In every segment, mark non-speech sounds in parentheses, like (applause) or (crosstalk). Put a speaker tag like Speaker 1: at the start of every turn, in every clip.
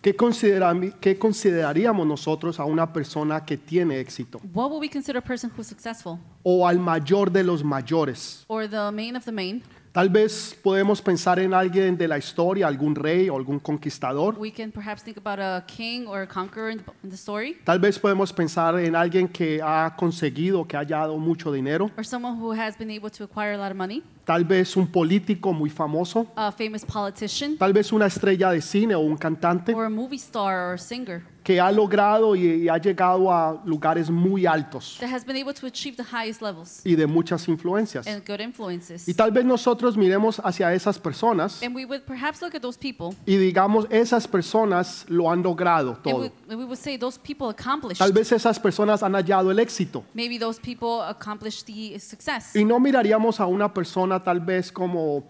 Speaker 1: ¿Qué, consideram- qué consideraríamos nosotros a una persona que tiene éxito?
Speaker 2: What would we consider a person who's successful?
Speaker 1: O al mayor de los mayores.
Speaker 2: Or the main of the main?
Speaker 1: Tal vez podemos pensar en alguien de la historia, algún rey o algún conquistador.
Speaker 2: We can perhaps think about a king or a conqueror in the, in the story,
Speaker 1: Tal vez podemos pensar en alguien que ha conseguido, que ha hallado mucho dinero.
Speaker 2: or someone who has been able to acquire a lot of money,
Speaker 1: Tal vez un político muy famoso.
Speaker 2: a famous politician,
Speaker 1: Tal vez una estrella de cine o un cantante
Speaker 2: or a movie star or a singer
Speaker 1: que ha logrado y y ha llegado a lugares muy altos
Speaker 2: that has been able to achieve the highest levels
Speaker 1: y de muchas influencias.
Speaker 2: and good influences.
Speaker 1: Y tal vez nosotros miremos hacia esas personas
Speaker 2: And we would perhaps look at those people
Speaker 1: y digamos, esas personas lo han logrado
Speaker 2: and
Speaker 1: todo.
Speaker 2: we, and we would say those people accomplished.
Speaker 1: Tal vez esas personas han hallado el éxito.
Speaker 2: Maybe those people accomplished the success.
Speaker 1: Y no miraríamos a una persona tal vez como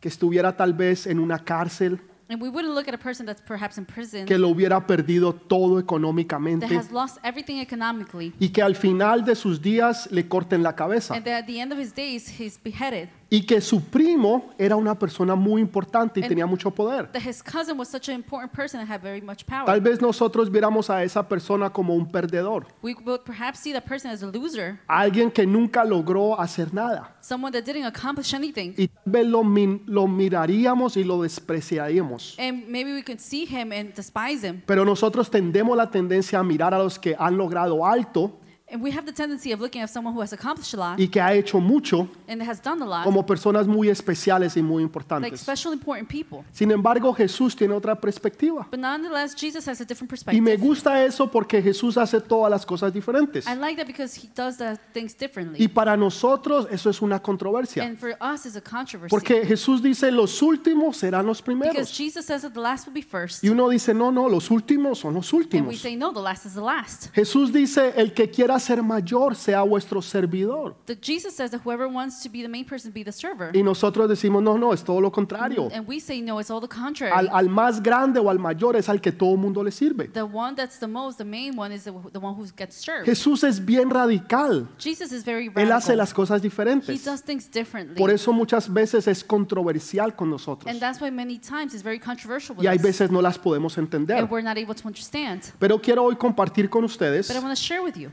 Speaker 1: que estuviera tal vez en una cárcel,
Speaker 2: And we wouldn't look at a person that's perhaps in prison
Speaker 1: que lo hubiera perdido todo
Speaker 2: that
Speaker 1: económicamente
Speaker 2: has lost everything economically
Speaker 1: y que al final de sus días le corten la cabeza.
Speaker 2: and that at the end of his days he's beheaded.
Speaker 1: Y que su primo era una persona muy importante y
Speaker 2: And-
Speaker 1: tenía mucho poder.
Speaker 2: That his cousin was such an important person and had very much
Speaker 1: Tal
Speaker 2: power.
Speaker 1: vez nosotros viéramos a esa persona como un perdedor,
Speaker 2: We would perhaps see that person as a loser,
Speaker 1: alguien que nunca logró hacer nada.
Speaker 2: someone that didn't accomplish anything.
Speaker 1: y tal vez lo, min- lo miraríamos y lo despreciaríamos.
Speaker 2: And maybe we could see him and despise him.
Speaker 1: Pero nosotros tendemos la tendencia a mirar a los que han logrado alto
Speaker 2: And we have the tendency of looking at someone who has accomplished a lot
Speaker 1: y que ha hecho mucho
Speaker 2: and has done a lot,
Speaker 1: como personas muy especiales y muy
Speaker 2: like
Speaker 1: importantes.
Speaker 2: special important people.
Speaker 1: Sin embargo, Jesús tiene otra perspectiva.
Speaker 2: But nonetheless, Jesus has a different
Speaker 1: Y me
Speaker 2: perspective.
Speaker 1: gusta eso porque Jesús hace todas las cosas diferentes.
Speaker 2: I like that because he does the things
Speaker 1: Y
Speaker 2: differently.
Speaker 1: para nosotros eso es una controversia.
Speaker 2: And for us, it's a controversy.
Speaker 1: Porque Jesús dice, los últimos serán los
Speaker 2: Because
Speaker 1: primeros.
Speaker 2: Jesus says that the last will be first.
Speaker 1: Y uno dice, no, no, los últimos son los
Speaker 2: And we
Speaker 1: últimos.
Speaker 2: say, no, the last is the last.
Speaker 1: Jesús dice, el que quiera ser mayor sea vuestro servidor.
Speaker 2: That Jesus says that whoever wants to be the main person, be the server.
Speaker 1: Y nosotros decimos, no, no, es todo lo contrario.
Speaker 2: Mm, And we say, no, it's all the
Speaker 1: Al,
Speaker 2: contrary.
Speaker 1: al más grande o al mayor es al que todo el mundo le sirve.
Speaker 2: The one that's the most, the main one, is the, the one who gets served.
Speaker 1: Jesús es bien radical.
Speaker 2: Jesus is very
Speaker 1: Él hace
Speaker 2: radical.
Speaker 1: las cosas
Speaker 2: He
Speaker 1: diferentes.
Speaker 2: does things
Speaker 1: Por
Speaker 2: differently.
Speaker 1: eso muchas veces es controversial con nosotros.
Speaker 2: And that's why many times it's very controversial with
Speaker 1: Y hay
Speaker 2: us.
Speaker 1: veces no las podemos entender.
Speaker 2: And we're not able to understand.
Speaker 1: Pero quiero hoy compartir con
Speaker 2: But I
Speaker 1: ustedes
Speaker 2: want to share with you.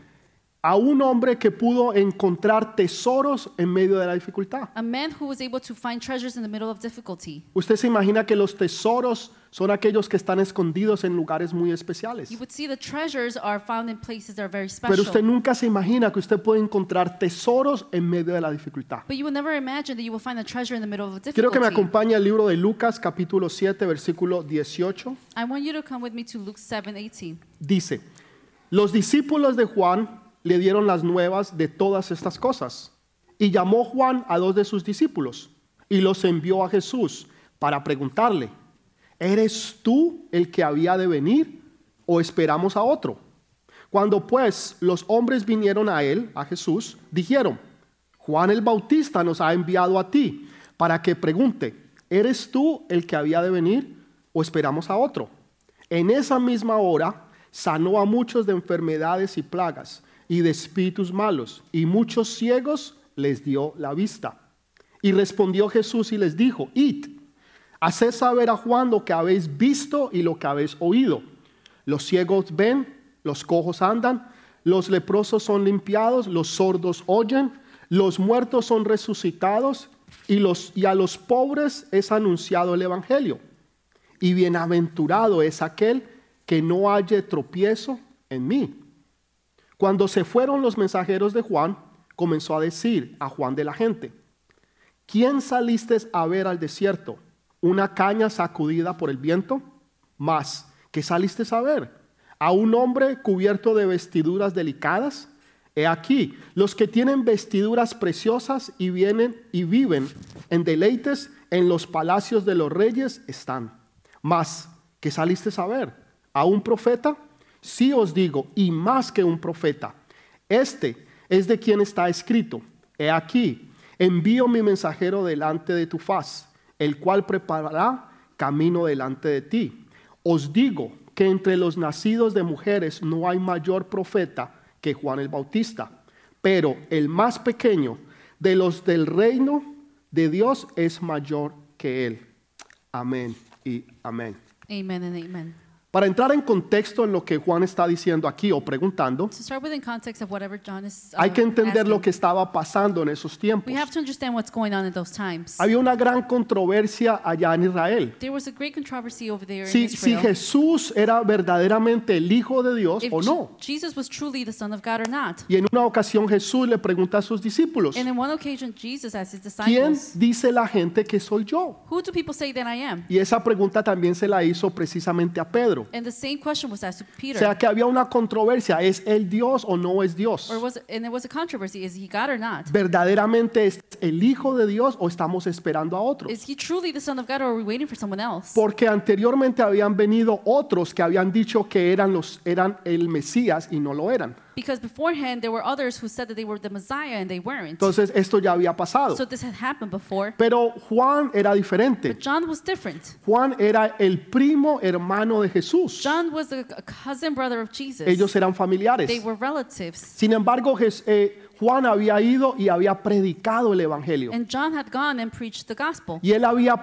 Speaker 1: a un hombre que pudo encontrar tesoros en medio de la dificultad.
Speaker 2: A man who was able to find treasures in the middle of difficulty.
Speaker 1: Usted se imagina que los tesoros son aquellos que están escondidos en lugares muy especiales.
Speaker 2: You would see the treasures are found in places that are very
Speaker 1: Pero usted
Speaker 2: special.
Speaker 1: nunca se imagina que usted puede encontrar tesoros en medio de la dificultad.
Speaker 2: But you will never imagine that you will find a treasure in the middle of a
Speaker 1: Quiero
Speaker 2: difficulty.
Speaker 1: que me acompañe al libro de Lucas capítulo 7 versículo 18.
Speaker 2: I want you to come with me to Luke 7 18.
Speaker 1: Dice, los discípulos de Juan le dieron las nuevas de todas estas cosas. Y llamó Juan a dos de sus discípulos y los envió a Jesús para preguntarle, ¿eres tú el que había de venir o esperamos a otro? Cuando pues los hombres vinieron a él, a Jesús, dijeron, Juan el Bautista nos ha enviado a ti para que pregunte, ¿eres tú el que había de venir o esperamos a otro? En esa misma hora sanó a muchos de enfermedades y plagas y de espíritus malos, y muchos ciegos les dio la vista. Y respondió Jesús y les dijo, id, Haced saber a Juan lo que habéis visto y lo que habéis oído. Los ciegos ven, los cojos andan, los leprosos son limpiados, los sordos oyen, los muertos son resucitados y, los, y a los pobres es anunciado el Evangelio. Y bienaventurado es aquel que no halle tropiezo en mí. Cuando se fueron los mensajeros de Juan, comenzó a decir a Juan de la gente, ¿Quién saliste a ver al desierto? ¿Una caña sacudida por el viento? Más, ¿qué saliste a ver? ¿A un hombre cubierto de vestiduras delicadas? He aquí, los que tienen vestiduras preciosas y vienen y viven en deleites en los palacios de los reyes están. Mas, ¿qué saliste a ver? ¿A un profeta? Sí os digo, y más que un profeta. Este es de quien está escrito. He aquí, envío mi mensajero delante de tu faz, el cual preparará camino delante de ti. Os digo que entre los nacidos de mujeres no hay mayor profeta que Juan el Bautista, pero el más pequeño de los del reino de Dios es mayor que él. Amén y amén.
Speaker 2: Amen and amen.
Speaker 1: Para entrar en contexto en lo que Juan está diciendo aquí o preguntando,
Speaker 2: To start with, in context of whatever John is. uh,
Speaker 1: hay que entender lo
Speaker 2: asking.
Speaker 1: que estaba pasando en esos tiempos.
Speaker 2: We have to understand what's going on in those times.
Speaker 1: Había una gran controversia allá en Israel.
Speaker 2: There was a great controversy over there in
Speaker 1: Si, si
Speaker 2: Israel.
Speaker 1: Jesús era verdaderamente el Hijo de Dios
Speaker 2: if
Speaker 1: o
Speaker 2: Je-
Speaker 1: no.
Speaker 2: Jesus was truly the Son of God or not.
Speaker 1: Y en una ocasión Jesús le pregunta a sus discípulos,
Speaker 2: And in one occasion, Jesus asked his
Speaker 1: ¿quién
Speaker 2: disciples,
Speaker 1: dice la gente que soy yo?
Speaker 2: Who do people say that I am?
Speaker 1: Y esa pregunta también se la hizo precisamente a Pedro.
Speaker 2: And the same question was asked to
Speaker 1: O
Speaker 2: Peter.
Speaker 1: sea que había una controversia, ¿es él Dios o no es Dios?
Speaker 2: Or was and there was a controversy: Is he God or not?
Speaker 1: ¿Verdaderamente es el Hijo de Dios o estamos esperando a otro?
Speaker 2: Is he truly the Son of God, or are we waiting for someone else?
Speaker 1: Porque anteriormente habían venido otros que habían dicho que eran, los, eran el Mesías y no lo eran.
Speaker 2: Because beforehand, there were others who said that they were the Messiah and they weren't.
Speaker 1: Entonces esto ya había pasado.
Speaker 2: so this had happened before.
Speaker 1: Pero Juan era diferente.
Speaker 2: But John was different.
Speaker 1: Juan era el primo hermano de Jesús.
Speaker 2: John was a, a cousin brother of Jesus.
Speaker 1: Ellos eran
Speaker 2: they
Speaker 1: familiares.
Speaker 2: were relatives.
Speaker 1: Sin embargo, Jes- eh, Juan había ido y había predicado el Evangelio.
Speaker 2: And John had gone and preached the gospel.
Speaker 1: Y él había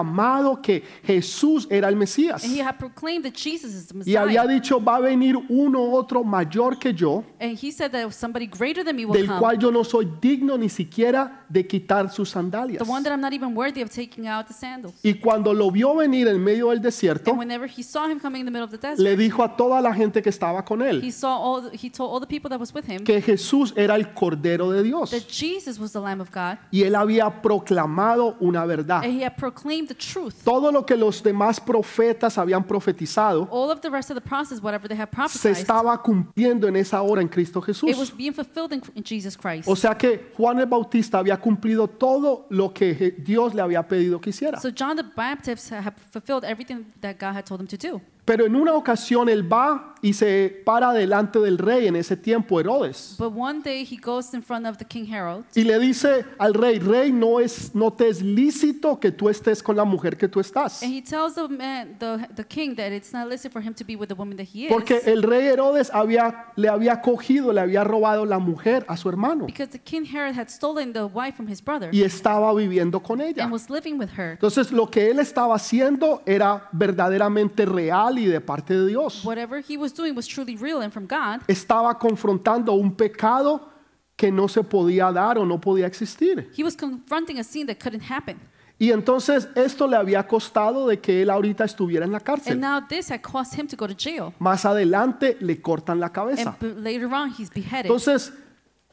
Speaker 1: proclamado que Jesús era el Mesías.
Speaker 2: And he had proclaimed that Jesus is the
Speaker 1: Y había
Speaker 2: Messiah.
Speaker 1: dicho, va a venir uno otro mayor que yo,
Speaker 2: And he said that somebody greater than me will
Speaker 1: del
Speaker 2: come.
Speaker 1: cual yo no soy digno ni siquiera de quitar sus sandalias.
Speaker 2: the one that I'm not even worthy of taking out the sandals.
Speaker 1: Y cuando lo vio venir en medio del desierto,
Speaker 2: And whenever he saw him coming in the middle of the desert,
Speaker 1: le dijo a toda la gente que estaba con
Speaker 2: he
Speaker 1: él
Speaker 2: saw all. The, he told all the people that was with him
Speaker 1: que Jesús era el Cordero de Dios.
Speaker 2: that Jesus was the Lamb of God,
Speaker 1: y él había proclamado una verdad.
Speaker 2: and he had proclaimed the truth.
Speaker 1: Todo lo que los demás profetas habían profetizado
Speaker 2: All of the rest of the process, whatever they had
Speaker 1: se
Speaker 2: Oh, prophesied,
Speaker 1: estaba cumpliendo en esa hora en Cristo
Speaker 2: it was
Speaker 1: Jesús.
Speaker 2: being fulfilled in, in Jesus Christ.
Speaker 1: O sea que Juan el Bautista había cumplido todo lo que Je- Dios le había pedido que hiciera.
Speaker 2: so John the Baptist had fulfilled everything that God had told him to do.
Speaker 1: Pero en una ocasión él va y se para delante del rey en ese tiempo, Herodes,
Speaker 2: But one day he goes in front of the King Herod,
Speaker 1: y le dice al rey, rey, no, es, no te es lícito que tú estés con la mujer que tú estás.
Speaker 2: and he tells the man, the, the king, that it's not listed for him to be with the woman that he is,
Speaker 1: Porque eh, el rey Herodes había, le había cogido, le había robado la mujer a su hermano.
Speaker 2: because the King Herod had stolen the wife from his brother
Speaker 1: y estaba viviendo con ella.
Speaker 2: and was living with her.
Speaker 1: Entonces lo que él estaba haciendo era verdaderamente real y de parte de Dios.
Speaker 2: Whatever he was doing was truly real and from God.
Speaker 1: Estaba confrontando un pecado que no se podía dar o no podía existir.
Speaker 2: He was confronting a scene that couldn't happen.
Speaker 1: Y entonces esto le había costado de que él ahorita estuviera en la
Speaker 2: And
Speaker 1: cárcel.
Speaker 2: now this had caused him to go to jail.
Speaker 1: Más adelante le cortan la
Speaker 2: And
Speaker 1: cabeza.
Speaker 2: b- later on, he's beheaded.
Speaker 1: Entonces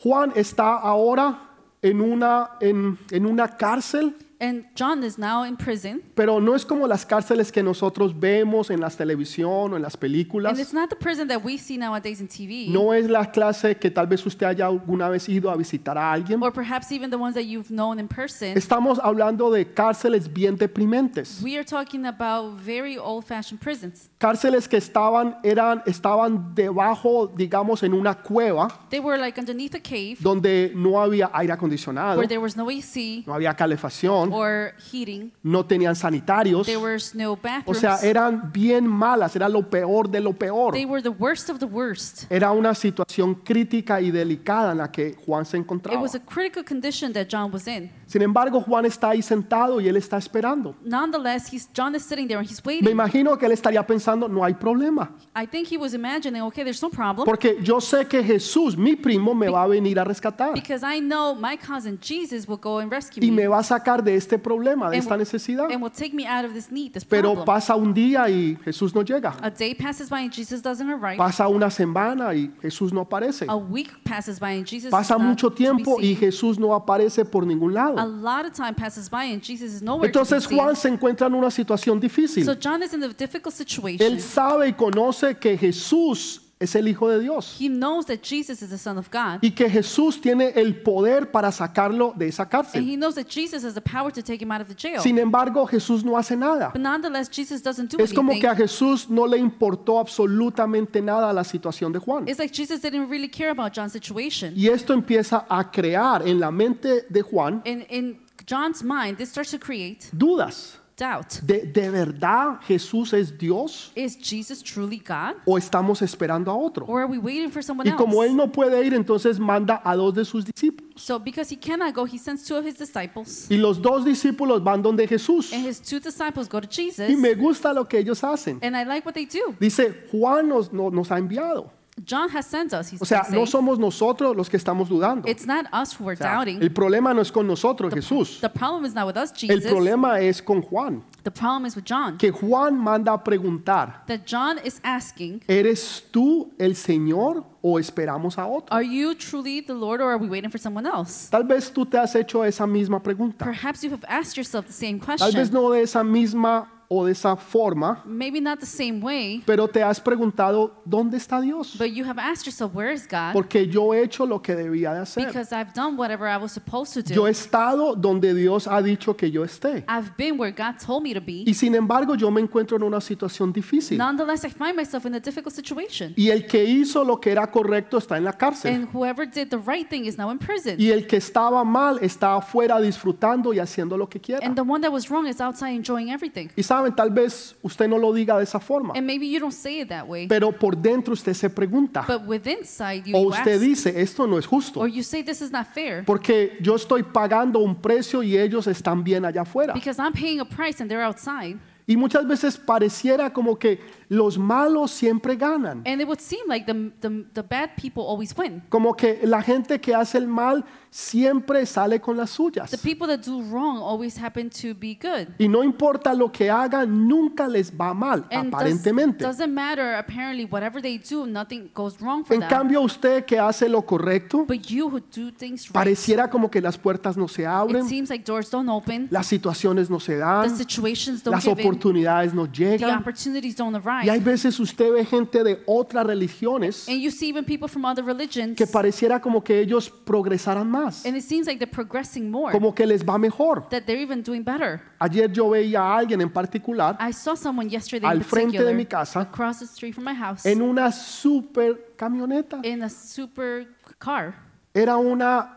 Speaker 1: Juan está ahora en una, en, en una cárcel,
Speaker 2: and John is now in prison.
Speaker 1: pero no es como las cárceles que nosotros vemos en las televisión o en las películas.
Speaker 2: And it's not the prison that we see nowadays in TV,
Speaker 1: No es la clase que tal vez usted haya alguna vez ido a visitar a alguien.
Speaker 2: or perhaps even the ones that you've known in person.
Speaker 1: Estamos hablando de cárceles bien deprimentes.
Speaker 2: we are talking about very old fashioned prisons.
Speaker 1: Cárceles que estaban, eran, estaban debajo, digamos, en una cueva
Speaker 2: They were like underneath a cave
Speaker 1: donde no había aire acondicionado,
Speaker 2: where there was no AC
Speaker 1: no había calefacción,
Speaker 2: or heating.
Speaker 1: no tenían sanitarios.
Speaker 2: There was no
Speaker 1: O
Speaker 2: bathrooms.
Speaker 1: sea, eran bien malas, era lo peor de lo peor.
Speaker 2: they were the worst of the worst.
Speaker 1: Era una situación crítica y delicada en la que Juan se
Speaker 2: It
Speaker 1: encontraba.
Speaker 2: was a critical condition that John was in.
Speaker 1: Sin embargo, Juan está ahí sentado y él está esperando.
Speaker 2: Nonetheless, he's, John is sitting there and he's waiting.
Speaker 1: Me imagino que él estaría pensando, no hay problema,
Speaker 2: I think he was imagining, okay, there's no problem
Speaker 1: porque yo sé que Jesús, mi primo, me va a venir a rescatar
Speaker 2: because I know my cousin Jesus will go and rescue
Speaker 1: y
Speaker 2: me
Speaker 1: me va a sacar de este problema, de
Speaker 2: and,
Speaker 1: esta
Speaker 2: will,
Speaker 1: necesidad.
Speaker 2: and will take me out of this need, this
Speaker 1: Pero
Speaker 2: problem.
Speaker 1: pasa un día y Jesús no llega.
Speaker 2: a day passes by and Jesus doesn't arrive.
Speaker 1: Pasa una semana y Jesús no aparece.
Speaker 2: a week passes by and Jesus
Speaker 1: Pasa
Speaker 2: is not
Speaker 1: mucho
Speaker 2: to be
Speaker 1: tiempo y
Speaker 2: seen.
Speaker 1: Jesús no aparece por ningún
Speaker 2: A
Speaker 1: lado.
Speaker 2: lot of time passes by and Jesus is nowhere
Speaker 1: Entonces
Speaker 2: to be
Speaker 1: Juan
Speaker 2: seen.
Speaker 1: se encuentra en una situación
Speaker 2: So
Speaker 1: difícil.
Speaker 2: John is in a difficult situation.
Speaker 1: Él sabe y conoce que Jesús es el Hijo de Dios
Speaker 2: he knows that Jesus is the Son of God.
Speaker 1: y que Jesús tiene el poder para sacarlo de esa
Speaker 2: and
Speaker 1: cárcel.
Speaker 2: he knows that Jesus has the power to take him out of the jail.
Speaker 1: Sin embargo, Jesús no hace nada.
Speaker 2: but nonetheless, Jesus doesn't do
Speaker 1: Es como
Speaker 2: anything.
Speaker 1: que a Jesús no le importó absolutamente nada la situación de Juan.
Speaker 2: it's like Jesus didn't really care about John's situation.
Speaker 1: Y esto empieza a crear en la mente de Juan
Speaker 2: in, in John's mind, this starts to create
Speaker 1: dudas.
Speaker 2: doubt.
Speaker 1: ¿De, de verdad Jesús es Dios
Speaker 2: Is Jesus truly God?
Speaker 1: o estamos esperando a otro?
Speaker 2: Or are we waiting for someone
Speaker 1: Y como
Speaker 2: else?
Speaker 1: él no puede ir, entonces manda a dos de sus discípulos.
Speaker 2: So because he cannot go, he sends two of his disciples.
Speaker 1: Y los dos discípulos van donde Jesús.
Speaker 2: And his two disciples go to Jesus.
Speaker 1: Y me gusta lo que ellos hacen.
Speaker 2: And I like what they do.
Speaker 1: Dice, Juan nos, no- nos ha enviado.
Speaker 2: John has sent us. He's
Speaker 1: O sea,
Speaker 2: saying.
Speaker 1: no somos nosotros los que estamos dudando.
Speaker 2: It's not us who are
Speaker 1: O sea,
Speaker 2: doubting.
Speaker 1: el problema no es con nosotros, Jesús.
Speaker 2: The problem is not with us,
Speaker 1: El
Speaker 2: Jesus.
Speaker 1: problema es con Juan.
Speaker 2: The problem is with John.
Speaker 1: Que Juan manda a preguntar,
Speaker 2: That John is asking,
Speaker 1: ¿eres tú el Señor o esperamos a otro?
Speaker 2: Are you truly the Lord or are we waiting for someone else?
Speaker 1: Tal vez tú te has hecho esa misma pregunta.
Speaker 2: Perhaps you have asked yourself the same
Speaker 1: Tal vez
Speaker 2: question.
Speaker 1: no de esa misma o de esa forma,
Speaker 2: Maybe not the same way,
Speaker 1: pero te has preguntado, ¿dónde está Dios?
Speaker 2: but you have asked yourself, Where is God?
Speaker 1: Porque yo he hecho lo que debía de hacer.
Speaker 2: Because I've done whatever I was supposed to
Speaker 1: Yo he
Speaker 2: do.
Speaker 1: estado donde Dios ha dicho que yo esté.
Speaker 2: I've been where God told me to be.
Speaker 1: Y sin embargo, yo me encuentro en una situación difícil.
Speaker 2: Nonetheless, I find myself in a difficult situation.
Speaker 1: Y el que hizo lo que era correcto está en la cárcel.
Speaker 2: And whoever did the right thing is now in prison.
Speaker 1: Y el que estaba mal está afuera disfrutando y haciendo lo que quiera.
Speaker 2: And the one that was wrong is outside enjoying everything.
Speaker 1: Y saben, tal vez usted no lo diga de esa forma,
Speaker 2: And maybe you don't say it that way.
Speaker 1: pero por dentro usted se pregunta
Speaker 2: But with inside you,
Speaker 1: o
Speaker 2: you
Speaker 1: Oh, usted
Speaker 2: ask,
Speaker 1: dice, esto no es justo,
Speaker 2: or you say this is not fair
Speaker 1: porque yo estoy pagando un precio y ellos están bien allá afuera.
Speaker 2: because I'm paying a price and they're outside.
Speaker 1: Y muchas veces pareciera como que los malos siempre ganan,
Speaker 2: And it would seem like the, the, the bad people always win.
Speaker 1: como que la gente que hace el mal siempre sale con las suyas.
Speaker 2: The people that do wrong always happen to be good.
Speaker 1: Y no importa lo que hagan, nunca les va mal,
Speaker 2: And does-
Speaker 1: aparentemente.
Speaker 2: doesn't matter, apparently, whatever they do, nothing goes wrong for
Speaker 1: En
Speaker 2: them.
Speaker 1: cambio, usted que hace lo correcto,
Speaker 2: but you who do things right,
Speaker 1: pareciera como que las puertas no se
Speaker 2: it
Speaker 1: abren,
Speaker 2: seems like doors don't open,
Speaker 1: las situaciones no se
Speaker 2: the
Speaker 1: dan,
Speaker 2: situations don't
Speaker 1: las
Speaker 2: give in,
Speaker 1: oportunidades no
Speaker 2: the
Speaker 1: llegan.
Speaker 2: opportunities don't
Speaker 1: Y hay
Speaker 2: arise.
Speaker 1: veces usted ve gente de otras religiones
Speaker 2: And you see even people from other religions,
Speaker 1: que pareciera como que ellos progresaran más,
Speaker 2: and it seems like they're progressing more,
Speaker 1: como que les va mejor.
Speaker 2: that they're even doing better.
Speaker 1: Ayer yo veía a alguien en particular
Speaker 2: I saw someone yesterday
Speaker 1: al
Speaker 2: in
Speaker 1: frente
Speaker 2: particular
Speaker 1: de mi casa
Speaker 2: across the street from my house
Speaker 1: en una super camioneta.
Speaker 2: in a super car.
Speaker 1: Era una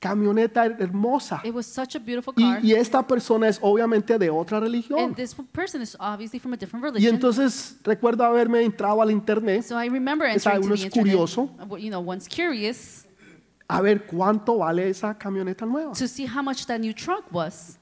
Speaker 1: camioneta hermosa.
Speaker 2: It was such a beautiful car.
Speaker 1: Y, y esta persona es obviamente de otra religión.
Speaker 2: and this person is obviously from a different
Speaker 1: Y
Speaker 2: religion.
Speaker 1: entonces recuerdo haberme entrado al internet
Speaker 2: so I remember
Speaker 1: sabe,
Speaker 2: entering to
Speaker 1: uno
Speaker 2: the
Speaker 1: es
Speaker 2: internet.
Speaker 1: curioso.
Speaker 2: uh, well, You know, one's curious
Speaker 1: a ver cuánto vale esa camioneta nueva.
Speaker 2: to see how much that new truck was.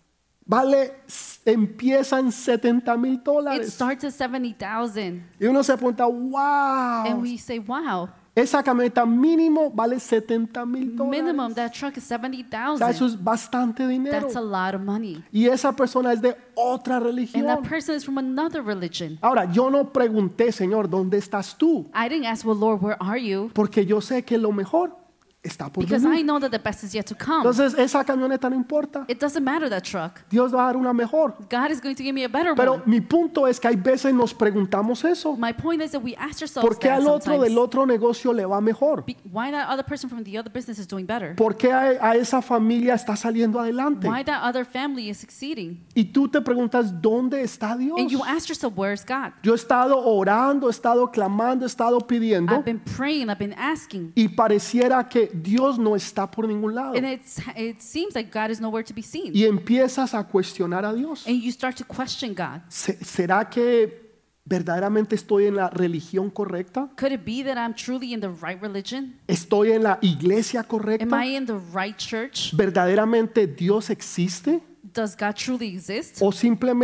Speaker 1: Vale, s- empieza en 70 mil
Speaker 2: It
Speaker 1: dólares.
Speaker 2: starts at 70,000.
Speaker 1: Y uno se apunta,
Speaker 2: And
Speaker 1: wow,
Speaker 2: we say, wow,
Speaker 1: esa camioneta mínimo vale 70 mil dólares.
Speaker 2: minimum, that truck is
Speaker 1: O sea, eso
Speaker 2: 70,000.
Speaker 1: es bastante dinero.
Speaker 2: That's a lot of money.
Speaker 1: Y esa persona es de otra
Speaker 2: And that
Speaker 1: religión.
Speaker 2: person is from another religion.
Speaker 1: Ahora, yo no pregunté, Señor, ¿dónde estás tú?
Speaker 2: I didn't ask, well, Lord, where are you?
Speaker 1: Porque yo sé que lo mejor está por
Speaker 2: Because I
Speaker 1: venir.
Speaker 2: know that the best is yet to come.
Speaker 1: Entonces, esa camioneta no importa.
Speaker 2: It doesn't matter that truck.
Speaker 1: Dios va a dar una mejor.
Speaker 2: God is going to give me a better
Speaker 1: Pero
Speaker 2: one.
Speaker 1: mi punto es que hay veces nos preguntamos eso.
Speaker 2: My point is that we ask ourselves
Speaker 1: ¿Por qué
Speaker 2: that
Speaker 1: al otro
Speaker 2: sometimes,
Speaker 1: del otro negocio le va mejor?
Speaker 2: Be- why that other person from the other business is doing better?
Speaker 1: ¿Por qué a, a esa familia está saliendo adelante?
Speaker 2: Why that other family is succeeding?
Speaker 1: Y tú te preguntas, ¿dónde está Dios?
Speaker 2: And you ask yourself, where's God?
Speaker 1: Yo he estado orando, he estado clamando, he estado pidiendo
Speaker 2: I've been praying, I've been asking,
Speaker 1: y pareciera que Dios no está por ningún lado.
Speaker 2: and it's it seems like God is nowhere to be seen.
Speaker 1: Y empiezas a cuestionar a Dios.
Speaker 2: And you start to question God.
Speaker 1: Se- ¿Será que verdaderamente estoy en la religión correcta?
Speaker 2: Could it be that I'm truly in the right religion?
Speaker 1: ¿Estoy en la iglesia
Speaker 2: Am
Speaker 1: correcta?
Speaker 2: I in the right church?
Speaker 1: ¿Verdaderamente Dios existe?
Speaker 2: Does God truly exist?
Speaker 1: ¿O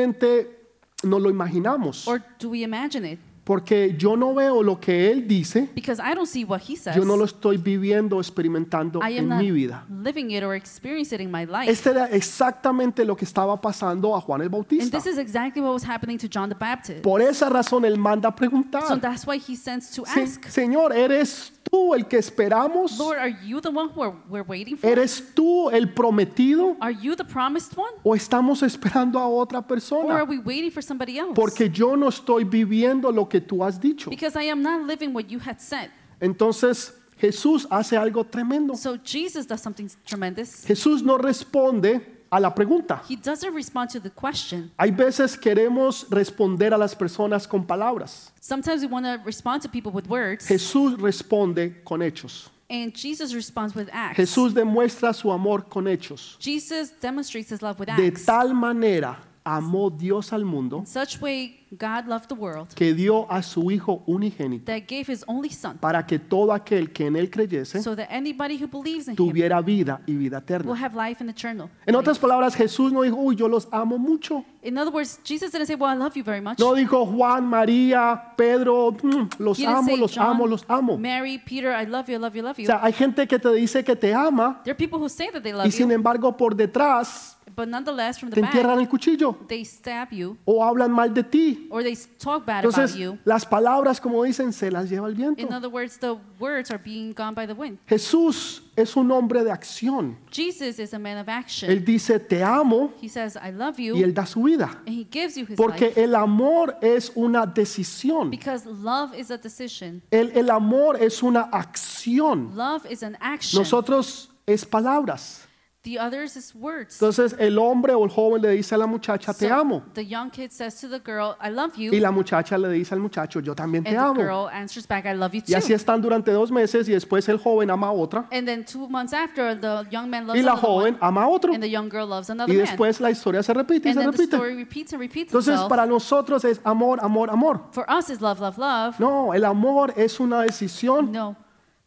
Speaker 1: simplemente no lo imaginamos?
Speaker 2: Or do we imagine it?
Speaker 1: Porque yo no veo lo que Él dice,
Speaker 2: Because I don't see what he says.
Speaker 1: yo no lo estoy viviendo o experimentando
Speaker 2: I am
Speaker 1: en
Speaker 2: not
Speaker 1: mi vida.
Speaker 2: living it or experiencing it in my life.
Speaker 1: Este era exactamente lo que estaba pasando a Juan el
Speaker 2: And
Speaker 1: Bautista.
Speaker 2: this is exactly what was happening to John the Baptist.
Speaker 1: Por esa razón Él manda a
Speaker 2: So
Speaker 1: preguntar,
Speaker 2: that's why he sends to
Speaker 1: "Se-
Speaker 2: ask,
Speaker 1: Señor, ¿eres tú el que esperamos?
Speaker 2: Lord, are you the one who are, we're waiting for?
Speaker 1: ¿Eres tú el prometido?
Speaker 2: Are you the promised one?
Speaker 1: ¿O estamos esperando a otra
Speaker 2: Or are
Speaker 1: persona?
Speaker 2: we waiting for somebody else?
Speaker 1: Porque yo no estoy viviendo lo que tú has dicho.
Speaker 2: because I am not living what you had said.
Speaker 1: Entonces Jesús hace algo tremendo.
Speaker 2: So Jesus does something tremendous.
Speaker 1: Jesús no responde a la pregunta.
Speaker 2: He doesn't respond to the question.
Speaker 1: Hay veces queremos responder a las personas con palabras.
Speaker 2: Sometimes we want to respond to people with words,
Speaker 1: Jesús responde con hechos.
Speaker 2: and Jesus responds with acts.
Speaker 1: Jesús demuestra su amor con hechos.
Speaker 2: Jesus demonstrates his love with
Speaker 1: De
Speaker 2: acts.
Speaker 1: tal manera amó Dios al mundo
Speaker 2: In such way God loved the world
Speaker 1: que dio a su Hijo unigénito
Speaker 2: that gave his only son
Speaker 1: para que todo aquel que en Él creyese
Speaker 2: so that anybody who believes in him
Speaker 1: tuviera vida y vida
Speaker 2: will
Speaker 1: eterna.
Speaker 2: have life and eternal.
Speaker 1: En
Speaker 2: life.
Speaker 1: otras palabras, Jesús no dijo, uy, yo los amo mucho.
Speaker 2: In other words, Jesus didn't say, Well, I love you very much.
Speaker 1: No dijo Juan, María, Pedro, "Mm, los
Speaker 2: He didn't
Speaker 1: amo,
Speaker 2: say,
Speaker 1: los
Speaker 2: "John,
Speaker 1: amo, los amo.
Speaker 2: Mary, Peter, I love you, I love you, I love
Speaker 1: O
Speaker 2: you.
Speaker 1: sea, hay gente que te dice que te ama
Speaker 2: There are people who say that they
Speaker 1: y
Speaker 2: love
Speaker 1: sin
Speaker 2: you,
Speaker 1: embargo por detrás
Speaker 2: but nonetheless, from
Speaker 1: te
Speaker 2: the back,
Speaker 1: entierran el cuchillo
Speaker 2: they stab you
Speaker 1: o hablan mal de ti.
Speaker 2: or they s- talk bad about
Speaker 1: Entonces,
Speaker 2: you.
Speaker 1: las palabras, como dicen, se las lleva el viento.
Speaker 2: In other words, the words are being gone by the wind.
Speaker 1: Jesús es un hombre de acción.
Speaker 2: Jesus is a man of action.
Speaker 1: Él dice, te amo
Speaker 2: He says, I love
Speaker 1: y
Speaker 2: you,
Speaker 1: él da su vida.
Speaker 2: and he gives you his
Speaker 1: Porque
Speaker 2: life.
Speaker 1: el amor es una decisión.
Speaker 2: Because love is a decision.
Speaker 1: El, el amor es una acción.
Speaker 2: Love is an action.
Speaker 1: Nosotros es palabras.
Speaker 2: The others is words.
Speaker 1: Entonces el hombre o el joven le dice a la muchacha, te
Speaker 2: So
Speaker 1: amo.
Speaker 2: The young kid says to the girl, I love you.
Speaker 1: Y la muchacha le dice al muchacho, yo también te
Speaker 2: and the
Speaker 1: amo.
Speaker 2: girl answers back, I love you
Speaker 1: Y
Speaker 2: too.
Speaker 1: así están durante dos meses y después el joven ama a otra
Speaker 2: And then two months after, the young man loves
Speaker 1: y la
Speaker 2: another
Speaker 1: joven
Speaker 2: one,
Speaker 1: ama a otro.
Speaker 2: and the young girl loves another
Speaker 1: Y
Speaker 2: man.
Speaker 1: después la historia se repite y
Speaker 2: and
Speaker 1: se
Speaker 2: then the
Speaker 1: repite.
Speaker 2: story repeats and repeats
Speaker 1: Entonces
Speaker 2: itself.
Speaker 1: para nosotros es amor, amor, amor.
Speaker 2: For us, it's love, love, love.
Speaker 1: No, el amor es una decisión.
Speaker 2: No,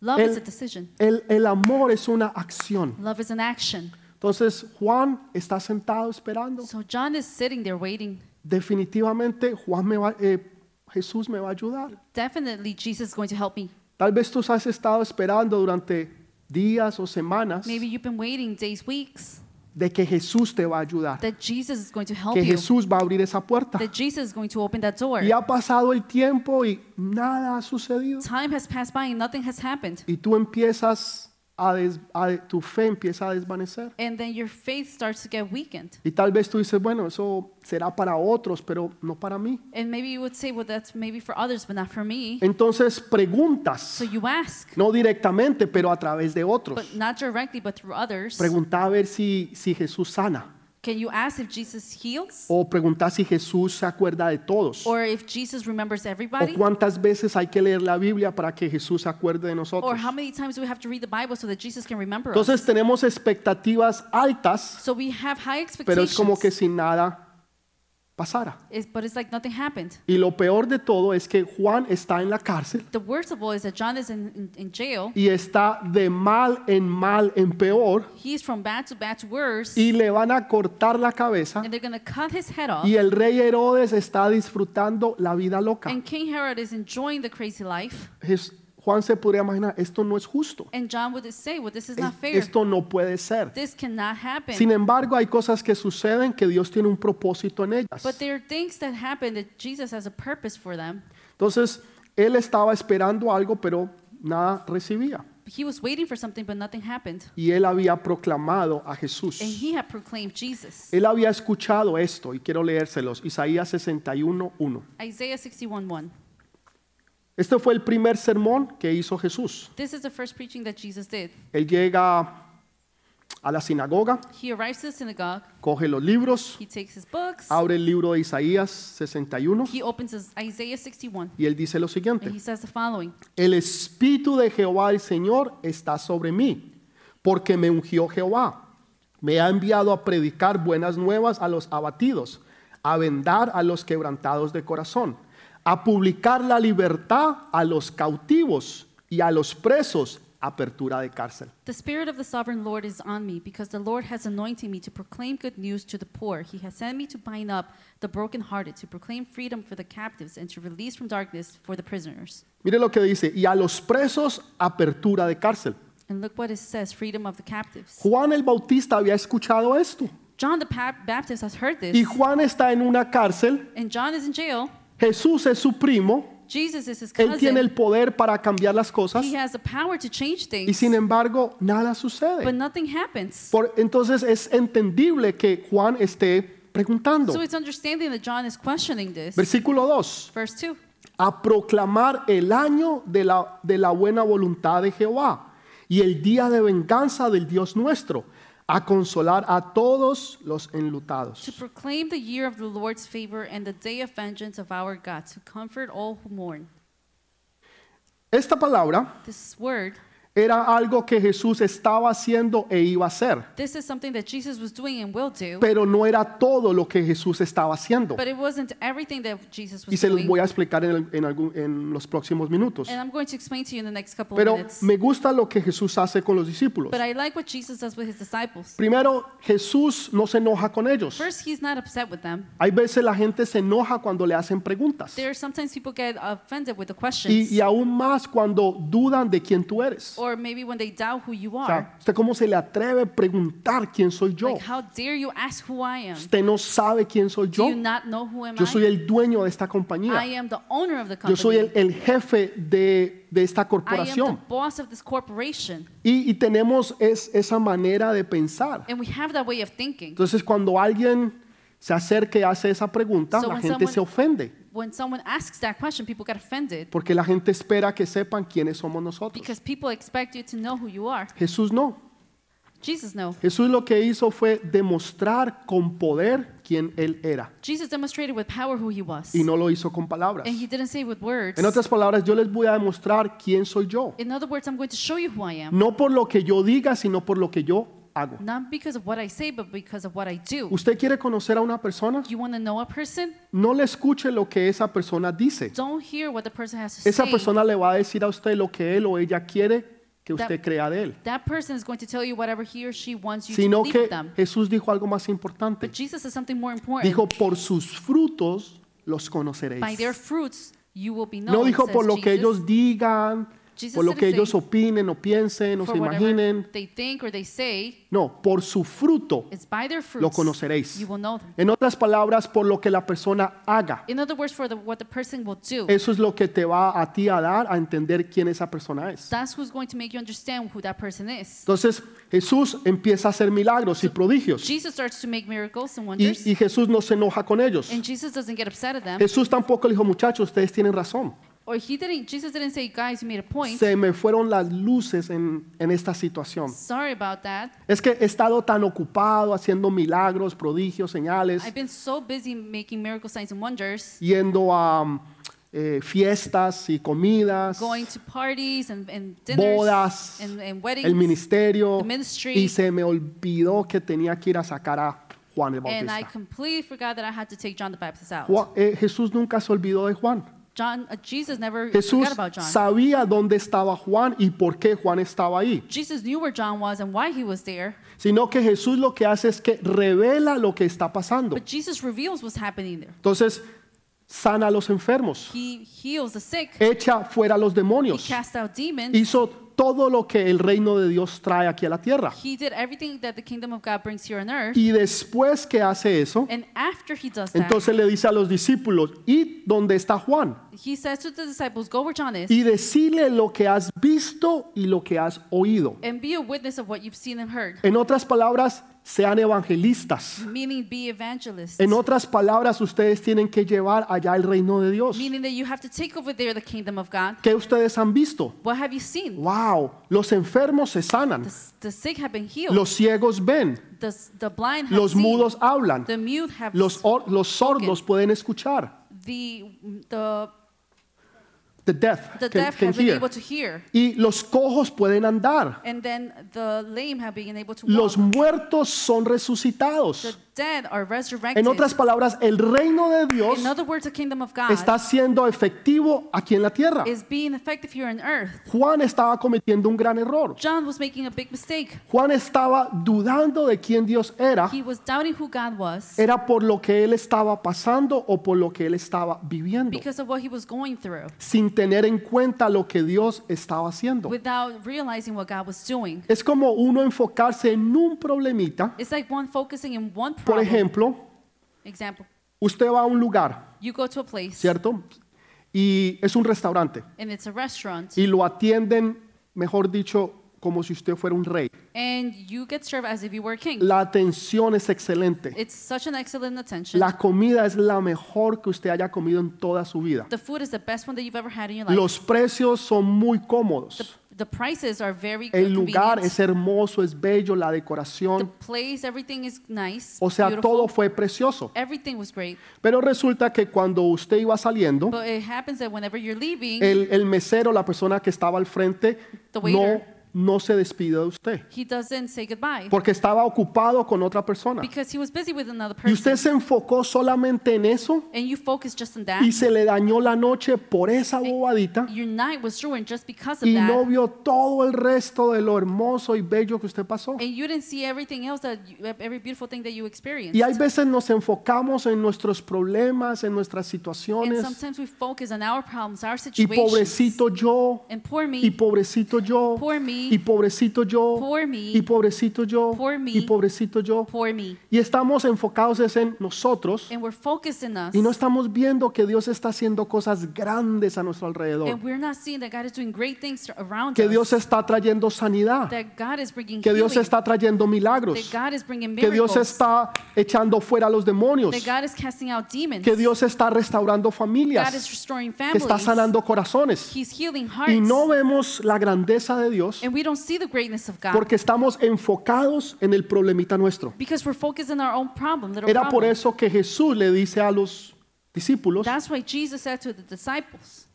Speaker 2: love
Speaker 1: El-
Speaker 2: is a decision.
Speaker 1: El, el amor es una acción.
Speaker 2: Love is an action.
Speaker 1: Entonces Juan está sentado esperando.
Speaker 2: So John is sitting there waiting.
Speaker 1: Definitivamente Juan me va, eh, Jesús me va a ayudar.
Speaker 2: Definitely, Jesus is going to help me.
Speaker 1: Tal vez tú has estado esperando durante días o semanas
Speaker 2: Maybe you've been waiting days, weeks,
Speaker 1: de que Jesús te va a ayudar,
Speaker 2: that Jesus is going to help
Speaker 1: que
Speaker 2: you,
Speaker 1: Jesús va a abrir esa puerta.
Speaker 2: that Jesus is going to open that door.
Speaker 1: Y ha pasado el tiempo y nada ha sucedido.
Speaker 2: Time has passed by and nothing has happened.
Speaker 1: Y tú empiezas a, des- a- tu fe empieza a desvanecer.
Speaker 2: And then your faith starts to get weakened.
Speaker 1: Y tal vez tú dices, bueno, eso será para otros, pero no para mí.
Speaker 2: And maybe you would say, well, that's maybe for others, but not for me.
Speaker 1: Entonces preguntas,
Speaker 2: So you ask,
Speaker 1: no directamente, pero a través de otros.
Speaker 2: but not directly, but through others.
Speaker 1: Pregunta a ver si, si Jesús sana.
Speaker 2: Can you ask if Jesus heals?
Speaker 1: O pregunta si Jesús se acuerda de todos.
Speaker 2: Or if Jesus remembers
Speaker 1: O
Speaker 2: everybody?
Speaker 1: cuántas veces hay que leer la Biblia para que Jesús se acuerde de
Speaker 2: Or
Speaker 1: nosotros.
Speaker 2: how many times do we have to read the Bible so that Jesus can remember us?
Speaker 1: Entonces tenemos expectativas altas,
Speaker 2: So we have high
Speaker 1: pero
Speaker 2: expectations.
Speaker 1: es como que sin nada pasara.
Speaker 2: It's- but it's like nothing happened.
Speaker 1: Y lo peor de todo es que Juan está en la cárcel
Speaker 2: The worst of all is that John is in, in, in jail.
Speaker 1: y está de mal en mal en peor
Speaker 2: He's from bad to bad to worse.
Speaker 1: y le van a cortar la cabeza
Speaker 2: And they're going to cut his head off.
Speaker 1: y el rey Herodes está disfrutando la vida loca.
Speaker 2: And King Herod is enjoying the crazy life.
Speaker 1: Jes- Juan se podría imaginar, esto no es justo,
Speaker 2: And John would say, well, this is
Speaker 1: Es-
Speaker 2: not fair.
Speaker 1: esto no puede ser.
Speaker 2: This cannot happen.
Speaker 1: Sin embargo, hay cosas que suceden que Dios tiene un propósito en ellas.
Speaker 2: But there are things that happen that Jesus has a purpose for them.
Speaker 1: Entonces, él estaba esperando algo, pero nada recibía.
Speaker 2: He was waiting for something, but nothing happened.
Speaker 1: Y él había proclamado a
Speaker 2: And
Speaker 1: Jesús.
Speaker 2: he had proclaimed Jesus.
Speaker 1: Él había escuchado esto y quiero leérselos. Isaías 61.1.
Speaker 2: Isaiah 61:1.
Speaker 1: Este fue el primer sermón que hizo Jesús.
Speaker 2: This is the first preaching that Jesus did.
Speaker 1: Él llega a la sinagoga,
Speaker 2: He arrives to the synagogue.
Speaker 1: coge los libros,
Speaker 2: He takes his books.
Speaker 1: abre el libro de Isaías 61
Speaker 2: He opens his Isaiah 61.
Speaker 1: y él dice lo
Speaker 2: And
Speaker 1: siguiente.
Speaker 2: he says the following.
Speaker 1: El Espíritu de Jehová el Señor está sobre mí, porque me ungió Jehová. Me ha enviado a predicar buenas nuevas a los abatidos, a vendar a los quebrantados de corazón, a publicar la libertad a los cautivos y a los presos, apertura de cárcel.
Speaker 2: The Spirit of the Sovereign Lord is on me, because the Lord has anointed me to proclaim good news to the poor. He has sent me to bind up the brokenhearted, to proclaim freedom for the captives, and to release from darkness for the prisoners.
Speaker 1: Mire lo que dice, y a los presos, apertura de cárcel.
Speaker 2: And look what it says freedom of the captives.
Speaker 1: Juan el Bautista había escuchado esto.
Speaker 2: John the Pap- Baptist has heard
Speaker 1: Y
Speaker 2: this,
Speaker 1: Juan está en una cárcel,
Speaker 2: and John is in jail.
Speaker 1: Jesús es su primo,
Speaker 2: Jesus is his
Speaker 1: Él tiene el
Speaker 2: cousin.
Speaker 1: poder para cambiar las cosas
Speaker 2: He has the power to change
Speaker 1: y
Speaker 2: things,
Speaker 1: sin embargo nada
Speaker 2: but
Speaker 1: sucede.
Speaker 2: nothing happens.
Speaker 1: Por- entonces es entendible que Juan esté preguntando.
Speaker 2: So it's understanding that John is questioning this.
Speaker 1: Versículo 2.
Speaker 2: Verse 2
Speaker 1: A proclamar el año de la, de la buena voluntad de Jehová y el día de venganza del Dios nuestro. A consolar a todos los
Speaker 2: To
Speaker 1: enlutados.
Speaker 2: proclaim the year of the Lord's favor and the day of vengeance of our God, to comfort all who mourn.
Speaker 1: Esta palabra
Speaker 2: This word
Speaker 1: era algo que Jesús estaba haciendo e iba a hacer,
Speaker 2: This is something that Jesus was doing and will do,
Speaker 1: pero no era todo lo que Jesús estaba haciendo.
Speaker 2: but it wasn't everything that Jesus
Speaker 1: Y
Speaker 2: was
Speaker 1: se los
Speaker 2: doing.
Speaker 1: voy a explicar en, el- en algún- en los próximos minutos.
Speaker 2: And I'm going to explain to you in the next couple of
Speaker 1: Pero
Speaker 2: minutes.
Speaker 1: me gusta lo que Jesús hace con los discípulos.
Speaker 2: But I like what Jesus does with his disciples.
Speaker 1: Primero, Jesús no se enoja con ellos.
Speaker 2: First, he's not upset with them.
Speaker 1: Hay veces la gente se enoja cuando le hacen preguntas.
Speaker 2: There are sometimes people get offended with the questions,
Speaker 1: Y, y aún más cuando dudan de quién tú eres.
Speaker 2: or maybe when they doubt who you
Speaker 1: O
Speaker 2: are.
Speaker 1: sea, ¿usted cómo se le atreve a preguntar quién soy yo?
Speaker 2: Like, how dare you ask who I am?
Speaker 1: Usted no sabe quién soy
Speaker 2: Do
Speaker 1: yo.
Speaker 2: you not know who am
Speaker 1: Yo soy
Speaker 2: I?
Speaker 1: el dueño de esta
Speaker 2: I
Speaker 1: compañía.
Speaker 2: am the owner of the
Speaker 1: Yo soy el,
Speaker 2: company.
Speaker 1: el jefe de, de esta
Speaker 2: I am the
Speaker 1: corporación.
Speaker 2: boss of this corporation.
Speaker 1: Y, y tenemos es, esa manera de pensar.
Speaker 2: And we have that way of thinking.
Speaker 1: Entonces, cuando alguien se acerca y hace esa pregunta,
Speaker 2: So
Speaker 1: la
Speaker 2: when
Speaker 1: gente se ofende.
Speaker 2: When someone asks that question, people get offended
Speaker 1: Porque la gente espera que sepan quiénes somos nosotros.
Speaker 2: because people expect you to know who you are.
Speaker 1: Jesús no.
Speaker 2: Jesus no.
Speaker 1: Jesús lo que hizo fue demostrar con poder quién Él era.
Speaker 2: Jesus demonstrated with power who he was.
Speaker 1: Y no lo hizo con palabras.
Speaker 2: And he didn't say with words.
Speaker 1: En otras palabras, yo les voy a demostrar quién soy yo.
Speaker 2: In other words, I'm going to show you who I am.
Speaker 1: No por lo que yo diga, sino por lo que yo hago.
Speaker 2: Not because of what I say, but because of what I do.
Speaker 1: ¿Usted quiere conocer a una persona?
Speaker 2: You want to know a person?
Speaker 1: No le escuche lo que esa persona dice.
Speaker 2: Don't hear what the person has to
Speaker 1: Esa
Speaker 2: say.
Speaker 1: persona le va a decir a usted lo que él o ella quiere que usted crea de él.
Speaker 2: That person is going to tell you whatever he or she wants you to
Speaker 1: Sino
Speaker 2: believe
Speaker 1: que
Speaker 2: them.
Speaker 1: Jesús dijo algo más importante.
Speaker 2: But Jesus says something more important.
Speaker 1: Dijo, por sus frutos los conoceréis.
Speaker 2: By their fruits you will be known.
Speaker 1: No dijo
Speaker 2: says
Speaker 1: por lo que
Speaker 2: Jesus,
Speaker 1: ellos digan,
Speaker 2: Jesus
Speaker 1: por lo
Speaker 2: didn't
Speaker 1: que ellos
Speaker 2: say-
Speaker 1: opinen o piensen o
Speaker 2: for
Speaker 1: se
Speaker 2: whatever
Speaker 1: imaginen.
Speaker 2: They think or they say,
Speaker 1: No, por su fruto.
Speaker 2: it's by their fruits
Speaker 1: Lo conoceréis.
Speaker 2: you will know them.
Speaker 1: En otras palabras, por lo que la persona haga.
Speaker 2: In other words, for the, what the person will do.
Speaker 1: Eso es lo que te va a ti a dar a entender quién esa persona es.
Speaker 2: That's who's going to make you understand who that person is.
Speaker 1: Entonces Jesús empieza a hacer milagros y prodigios.
Speaker 2: Jesus starts to make miracles and
Speaker 1: Y,
Speaker 2: wonders.
Speaker 1: y Jesús no se enoja con ellos.
Speaker 2: And Jesus doesn't get upset at them.
Speaker 1: Jesús tampoco le dijo, muchachos, ustedes tienen razón.
Speaker 2: Or he didn't, Jesus didn't say, guys, you made a point.
Speaker 1: Se me fueron las luces en, en esta situación.
Speaker 2: Sorry about that.
Speaker 1: Es que he estado tan ocupado haciendo milagros, prodigios, señales,
Speaker 2: I've been so busy making miracle signs and wonders,
Speaker 1: yendo a mm, eh, fiestas y comidas,
Speaker 2: going to parties and, and dinners
Speaker 1: bodas,
Speaker 2: and, and
Speaker 1: el
Speaker 2: weddings.
Speaker 1: ministerio,
Speaker 2: the ministry.
Speaker 1: y se me olvidó que tenía que ir a sacar a Juan el
Speaker 2: And I
Speaker 1: Bautista.
Speaker 2: completely forgot that I had to take John the Baptist out.
Speaker 1: Ju- eh, Jesús nunca se olvidó de Juan.
Speaker 2: John, uh, Jesus never
Speaker 1: Jesús
Speaker 2: forgot about John.
Speaker 1: sabía dónde estaba Juan y por qué Juan estaba ahí.
Speaker 2: Jesus knew where John was and why he was there,
Speaker 1: sino que Jesús lo que hace es que revela lo que está pasando.
Speaker 2: but Jesus reveals what's happening there.
Speaker 1: Entonces, sana a los enfermos,
Speaker 2: He heals the sick,
Speaker 1: echa fuera a los
Speaker 2: he
Speaker 1: demonios,
Speaker 2: cast out demons,
Speaker 1: hizo todo lo que el reino de Dios trae aquí a la tierra.
Speaker 2: he did everything that the kingdom of God brings here on earth.
Speaker 1: Y después que hace eso,
Speaker 2: And after he does that,
Speaker 1: entonces le dice a los discípulos, ¿y dónde está Juan?
Speaker 2: he says to the disciples, Go where John is
Speaker 1: Y decirle lo que has visto y lo que has oído.
Speaker 2: and be a witness of what you've seen and heard,
Speaker 1: En otras palabras, sean evangelistas.
Speaker 2: meaning be evangelists,
Speaker 1: En otras palabras, ustedes tienen que llevar allá el reino de Dios.
Speaker 2: meaning that you have to take over there the kingdom of God.
Speaker 1: ¿Qué ustedes han visto?
Speaker 2: What have you seen?
Speaker 1: Wow, los enfermos se sanan,
Speaker 2: The, s- the sick have been healed,
Speaker 1: los ciegos ven,
Speaker 2: the, s- the blind have
Speaker 1: los
Speaker 2: seen,
Speaker 1: mudos hablan,
Speaker 2: the mute have
Speaker 1: los, or- los sordos pueden escuchar,
Speaker 2: the the
Speaker 1: the deaf
Speaker 2: the
Speaker 1: can,
Speaker 2: deaf
Speaker 1: can
Speaker 2: have been
Speaker 1: hear,
Speaker 2: able to hear,
Speaker 1: y los cojos pueden andar,
Speaker 2: and then the lame have been able to
Speaker 1: los
Speaker 2: walk.
Speaker 1: muertos son
Speaker 2: The
Speaker 1: resucitados.
Speaker 2: dead are resurrected.
Speaker 1: En otras palabras, el reino de Dios
Speaker 2: in other words, the kingdom of God
Speaker 1: está siendo efectivo aquí en la tierra.
Speaker 2: is being effective here on earth.
Speaker 1: Juan estaba cometiendo un gran error.
Speaker 2: John was making a big mistake.
Speaker 1: Juan estaba dudando de quién Dios era.
Speaker 2: He was doubting who God was
Speaker 1: Era por lo que él estaba pasando o por lo que él estaba viviendo.
Speaker 2: because of what he was going through
Speaker 1: sin tener en cuenta lo que Dios estaba haciendo.
Speaker 2: without realizing what God was doing.
Speaker 1: Es como uno enfocarse en un problemita.
Speaker 2: It's like one focusing in one
Speaker 1: Por
Speaker 2: problem.
Speaker 1: ejemplo,
Speaker 2: Example.
Speaker 1: usted va a un lugar,
Speaker 2: You go to a place
Speaker 1: ¿cierto? Y es un restaurante
Speaker 2: and it's a restaurant
Speaker 1: y lo atienden, mejor dicho, como si usted fuera un rey.
Speaker 2: and you get served as if you were a king.
Speaker 1: La atención es excelente.
Speaker 2: It's such an excellent attention.
Speaker 1: La comida es la mejor que usted haya comido en toda su vida.
Speaker 2: The food is the best one that you've ever had in your life.
Speaker 1: Los precios son muy
Speaker 2: the,
Speaker 1: cómodos.
Speaker 2: the prices are very
Speaker 1: El lugar
Speaker 2: convenient.
Speaker 1: es hermoso, es bello, la
Speaker 2: the
Speaker 1: decoración.
Speaker 2: place, everything is nice.
Speaker 1: O sea,
Speaker 2: beautiful. Eh.
Speaker 1: todo fue precioso.
Speaker 2: everything was great.
Speaker 1: Pero resulta que cuando usted iba saliendo,
Speaker 2: But it happens that whenever you're leaving,
Speaker 1: el, el mesero, la persona que estaba al frente,
Speaker 2: The
Speaker 1: no
Speaker 2: waiter.
Speaker 1: no se despidió de usted,
Speaker 2: He doesn't say goodbye
Speaker 1: porque estaba ocupado con otra persona.
Speaker 2: because he was busy with another
Speaker 1: Y usted
Speaker 2: person.
Speaker 1: se enfocó solamente en eso
Speaker 2: And you focus just on that.
Speaker 1: y se le dañó la noche por esa bobadita
Speaker 2: Your night was ruined just because of
Speaker 1: y no
Speaker 2: that.
Speaker 1: vio todo el resto de lo hermoso y bello que usted pasó.
Speaker 2: And you didn't see everything else that you, every beautiful thing that you experienced.
Speaker 1: Y hay veces nos enfocamos en nuestros problemas, en nuestras
Speaker 2: And
Speaker 1: situaciones
Speaker 2: sometimes we focus on our problems, our
Speaker 1: y
Speaker 2: situations.
Speaker 1: pobrecito yo,
Speaker 2: And poor
Speaker 1: y
Speaker 2: me,
Speaker 1: pobrecito yo,
Speaker 2: Poor me.
Speaker 1: y pobrecito yo,
Speaker 2: poor me,
Speaker 1: y pobrecito yo,
Speaker 2: Poor me.
Speaker 1: y pobrecito yo.
Speaker 2: poor me.
Speaker 1: Y estamos enfocados es en nosotros
Speaker 2: And we're focused in us.
Speaker 1: y no estamos viendo que Dios está haciendo cosas grandes a nuestro alrededor,
Speaker 2: And we're not seeing that God is doing great things around
Speaker 1: que
Speaker 2: us.
Speaker 1: Dios está trayendo sanidad,
Speaker 2: that God is bringing
Speaker 1: que Dios
Speaker 2: healing.
Speaker 1: está trayendo
Speaker 2: that
Speaker 1: milagros,
Speaker 2: God is bringing
Speaker 1: que
Speaker 2: miracles.
Speaker 1: Dios está echando fuera a los demonios,
Speaker 2: that God is casting out demons.
Speaker 1: que Dios está restaurando
Speaker 2: God is
Speaker 1: familias,
Speaker 2: restoring
Speaker 1: que
Speaker 2: families.
Speaker 1: está sanando corazones.
Speaker 2: He's healing hearts.
Speaker 1: Y no vemos la grandeza de Dios
Speaker 2: and we don't see the greatness of God
Speaker 1: porque estamos enfocados en el problemita nuestro.
Speaker 2: because we're focused on our own problem, little
Speaker 1: Era por
Speaker 2: problem.
Speaker 1: eso que Jesús le dice a los discípulos,
Speaker 2: That's why Jesus said to the disciples,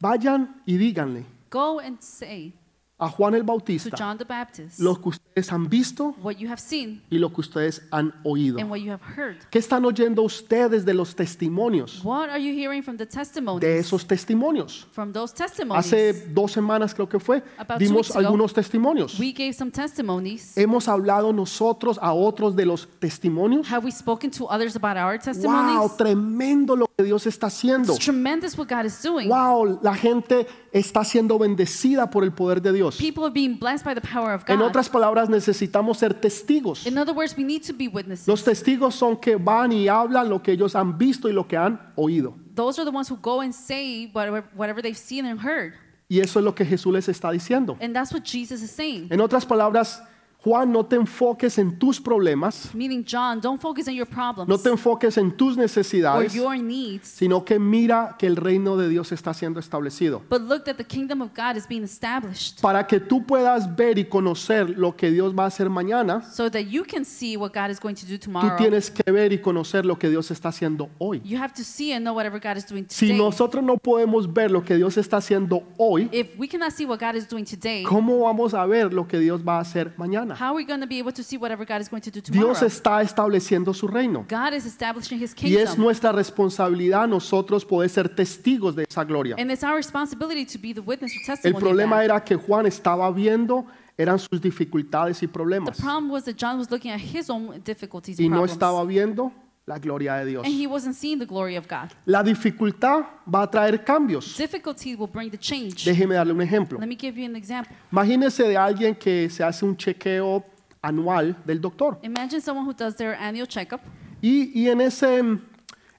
Speaker 1: vayan y díganle
Speaker 2: "Go and say
Speaker 1: a Juan el
Speaker 2: to
Speaker 1: Bautista
Speaker 2: John the Baptist
Speaker 1: lo que ustedes han visto
Speaker 2: what you have seen
Speaker 1: y lo que ustedes han oído.
Speaker 2: and what you have heard.
Speaker 1: ¿Qué están oyendo ustedes de los testimonios?
Speaker 2: What are you hearing from the testimonies?
Speaker 1: De esos testimonios.
Speaker 2: from those testimonies,
Speaker 1: Hace dos semanas creo que fue,
Speaker 2: About two
Speaker 1: dimos
Speaker 2: weeks ago,
Speaker 1: algunos testimonios.
Speaker 2: we gave some testimonies.
Speaker 1: Hemos hablado nosotros a otros de los testimonios.
Speaker 2: have we spoken to others about our testimonies?
Speaker 1: Wow, tremendo lo que Dios está haciendo.
Speaker 2: It's tremendous what God is doing.
Speaker 1: Wow, la gente está siendo bendecida por el poder de Dios.
Speaker 2: People are being blessed by the power of God.
Speaker 1: En otras palabras, necesitamos ser testigos.
Speaker 2: In other words, we need to be witnesses.
Speaker 1: Los testigos son que van y hablan lo que ellos han visto y lo que han oído.
Speaker 2: Those are the ones who go and say whatever, whatever they've seen and heard.
Speaker 1: Y eso es lo que Jesús les está diciendo.
Speaker 2: And that's what Jesus is saying.
Speaker 1: En otras palabras, Juan, no te enfoques en tus problemas,
Speaker 2: Meaning, John, don't focus on your problems
Speaker 1: no te enfoques en tus
Speaker 2: or
Speaker 1: necesidades,
Speaker 2: your needs,
Speaker 1: sino que mira que el reino de Dios está siendo establecido.
Speaker 2: but look that the kingdom of God is being established
Speaker 1: Para que tú puedas ver y conocer lo que Dios va a hacer mañana,
Speaker 2: so that you can see what God is going to do
Speaker 1: Tú
Speaker 2: tomorrow.
Speaker 1: tienes que ver y conocer lo que Dios está haciendo hoy.
Speaker 2: You have to see and know whatever God is doing
Speaker 1: Si
Speaker 2: today.
Speaker 1: nosotros no podemos ver lo que Dios está haciendo hoy,
Speaker 2: If we cannot see what God is doing today,
Speaker 1: ¿cómo vamos a ver lo que Dios va a hacer mañana?
Speaker 2: how are we going to be able to see whatever God is going to do tomorrow?
Speaker 1: Dios está estableciendo su reino
Speaker 2: God is establishing his
Speaker 1: y es
Speaker 2: kingdom.
Speaker 1: nuestra responsabilidad nosotros poder ser testigos de esa gloria.
Speaker 2: And it's our responsibility to be the witness or
Speaker 1: El
Speaker 2: testimony. of
Speaker 1: problema
Speaker 2: that.
Speaker 1: era que Juan estaba viendo eran sus dificultades y
Speaker 2: The
Speaker 1: problemas
Speaker 2: problem was that John was looking at his own difficulties
Speaker 1: y
Speaker 2: and
Speaker 1: no
Speaker 2: problems,
Speaker 1: estaba viendo la gloria de Dios.
Speaker 2: and he wasn't seeing the glory of God.
Speaker 1: La dificultad va a traer cambios.
Speaker 2: Difficulty will bring the change.
Speaker 1: Déjeme darle un ejemplo.
Speaker 2: Let me give you an example.
Speaker 1: Imagínese de alguien que se hace un chequeo anual del doctor
Speaker 2: Imagine someone who does their annual checkup,
Speaker 1: y, y en, ese,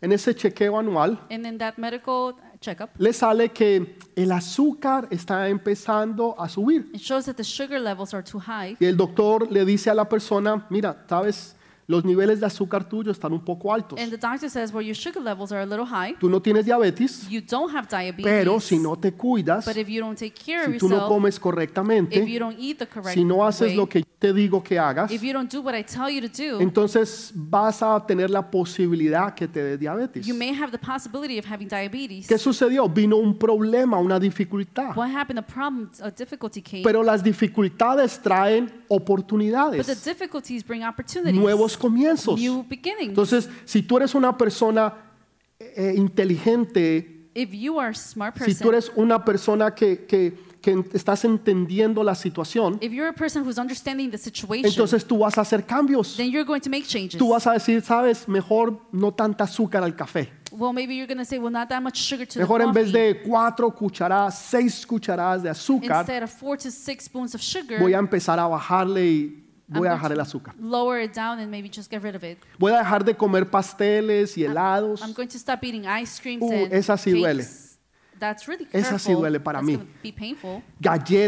Speaker 1: en ese chequeo anual
Speaker 2: and in that medical checkup,
Speaker 1: le sale que el azúcar está empezando a subir
Speaker 2: it shows that the sugar levels are too high,
Speaker 1: y el doctor le dice a la persona, mira, sabes, los niveles de azúcar tuyo están un poco altos.
Speaker 2: and the doctor says, "Well, your sugar levels are a little high.
Speaker 1: Tú no tienes diabetes,
Speaker 2: You don't have diabetes,
Speaker 1: pero si no te cuidas,
Speaker 2: but if you don't take care of
Speaker 1: si tú no
Speaker 2: yourself,
Speaker 1: comes
Speaker 2: if you
Speaker 1: correctamente,
Speaker 2: don't eat the correct
Speaker 1: si no haces
Speaker 2: way,
Speaker 1: lo que yo te digo que hagas,
Speaker 2: if you don't do what I tell you to do,
Speaker 1: entonces vas a tener la posibilidad que te dé diabetes.
Speaker 2: you may have the possibility of having diabetes."
Speaker 1: ¿Qué sucedió? Vino un problema, una dificultad.
Speaker 2: What happened? A problem, a difficulty came.
Speaker 1: Pero las dificultades traen
Speaker 2: But the
Speaker 1: oportunidades,
Speaker 2: difficulties bring opportunities,
Speaker 1: nuevos comienzos.
Speaker 2: new beginnings.
Speaker 1: Entonces, si tú eres una persona eh, inteligente,
Speaker 2: if you are a smart person,
Speaker 1: si tú eres una persona que, que- que en- estás entendiendo la situación,
Speaker 2: if you're a person who's understanding the situation,
Speaker 1: entonces tú vas a hacer cambios.
Speaker 2: then you're going to make changes.
Speaker 1: Tú vas a decir, sabes, mejor no tanta azúcar al café.
Speaker 2: well, maybe you're going to say, well, not that much sugar to
Speaker 1: Mejor
Speaker 2: the
Speaker 1: en
Speaker 2: coffee.
Speaker 1: vez de cuatro cucharadas, seis cucharadas de azúcar,
Speaker 2: Instead of four to six spoons of sugar,
Speaker 1: voy a empezar a bajarle y
Speaker 2: I'm
Speaker 1: voy a
Speaker 2: going
Speaker 1: bajar
Speaker 2: to
Speaker 1: el azúcar.
Speaker 2: Lower it down and maybe just get rid of it.
Speaker 1: Voy a dejar de comer pasteles y helados.
Speaker 2: I'm going to stop eating ice creams
Speaker 1: Uh,
Speaker 2: and
Speaker 1: esa sí duele.
Speaker 2: cakes. That's really
Speaker 1: Esa sí
Speaker 2: hurtful.
Speaker 1: duele para
Speaker 2: That's
Speaker 1: mí.
Speaker 2: gonna be painful.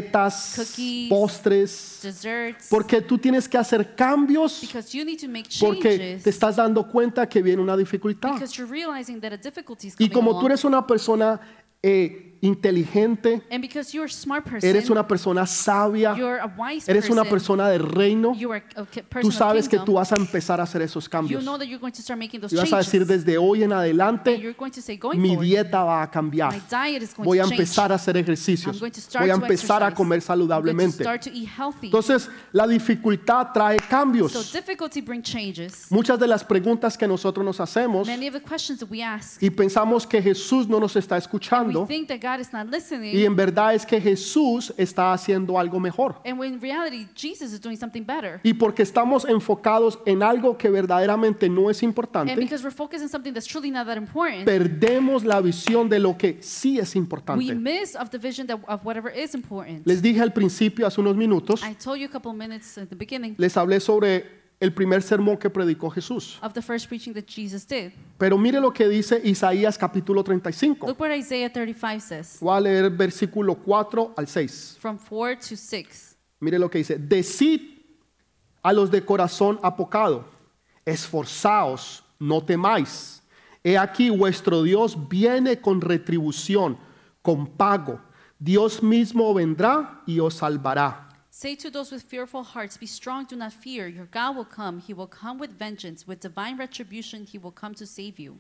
Speaker 1: Galletas,
Speaker 2: Cookies.
Speaker 1: postres.
Speaker 2: Desserts.
Speaker 1: Porque tú tienes que hacer cambios
Speaker 2: because you need to make
Speaker 1: porque
Speaker 2: changes.
Speaker 1: te estás dando cuenta que viene una dificultad.
Speaker 2: Because you're realizing that a difficulty is
Speaker 1: Y
Speaker 2: coming
Speaker 1: como
Speaker 2: along.
Speaker 1: tú eres una persona eh, inteligente,
Speaker 2: And because you're a smart person,
Speaker 1: eres una persona (laughs) sabia,
Speaker 2: you're a wise
Speaker 1: eres
Speaker 2: person,
Speaker 1: una persona de reino,
Speaker 2: you are a ki- person
Speaker 1: tú sabes
Speaker 2: of
Speaker 1: que
Speaker 2: kingdom,
Speaker 1: tú vas a empezar a hacer esos
Speaker 2: you
Speaker 1: cambios.
Speaker 2: know that you're going to start making those
Speaker 1: Y vas a decir
Speaker 2: changes.
Speaker 1: desde hoy en
Speaker 2: and
Speaker 1: adelante,
Speaker 2: you're going to say, going
Speaker 1: mi
Speaker 2: forward,
Speaker 1: dieta va a cambiar.
Speaker 2: my diet is going
Speaker 1: Voy a
Speaker 2: to change.
Speaker 1: empezar a hacer
Speaker 2: I'm
Speaker 1: ejercicios.
Speaker 2: going to start
Speaker 1: Voy a
Speaker 2: to
Speaker 1: empezar a
Speaker 2: exercise.
Speaker 1: comer
Speaker 2: I'm going to
Speaker 1: saludablemente.
Speaker 2: start to eat healthy.
Speaker 1: Entonces, la dificultad trae
Speaker 2: so
Speaker 1: cambios.
Speaker 2: difficulty brings changes.
Speaker 1: Muchas de las preguntas que nosotros nos hacemos
Speaker 2: Many of the questions that we ask,
Speaker 1: y pensamos que Jesús no nos está
Speaker 2: we
Speaker 1: escuchando
Speaker 2: think that God is not listening,
Speaker 1: y en verdad es que Jesús está haciendo algo mejor.
Speaker 2: and when in reality, Jesus is doing something better.
Speaker 1: Y porque estamos enfocados en algo que verdaderamente no es
Speaker 2: And
Speaker 1: importante,
Speaker 2: because we're focused on something that's truly not that important,
Speaker 1: perdemos la visión de lo que sí es
Speaker 2: we
Speaker 1: importante.
Speaker 2: miss of the vision that, of whatever is important.
Speaker 1: Les dije al principio, hace unos minutos,
Speaker 2: I told you a couple minutes at the beginning
Speaker 1: les hablé sobre el primer sermón que predicó Jesús.
Speaker 2: of the first preaching that Jesus did.
Speaker 1: Pero mire lo que dice Isaías capítulo 35.
Speaker 2: Look what Isaiah 35 says,
Speaker 1: Voy a leer versículo 4 al 6.
Speaker 2: from 4 to 6.
Speaker 1: Mire lo que dice. Decid a los de corazón apocado, esforzaos, no temáis. He aquí vuestro Dios viene con retribución, con pago. Dios mismo vendrá y os salvará.
Speaker 2: Say to those with fearful hearts, Be strong, do not fear. Your God will come. He will come with vengeance, with divine retribution. He will come to save you.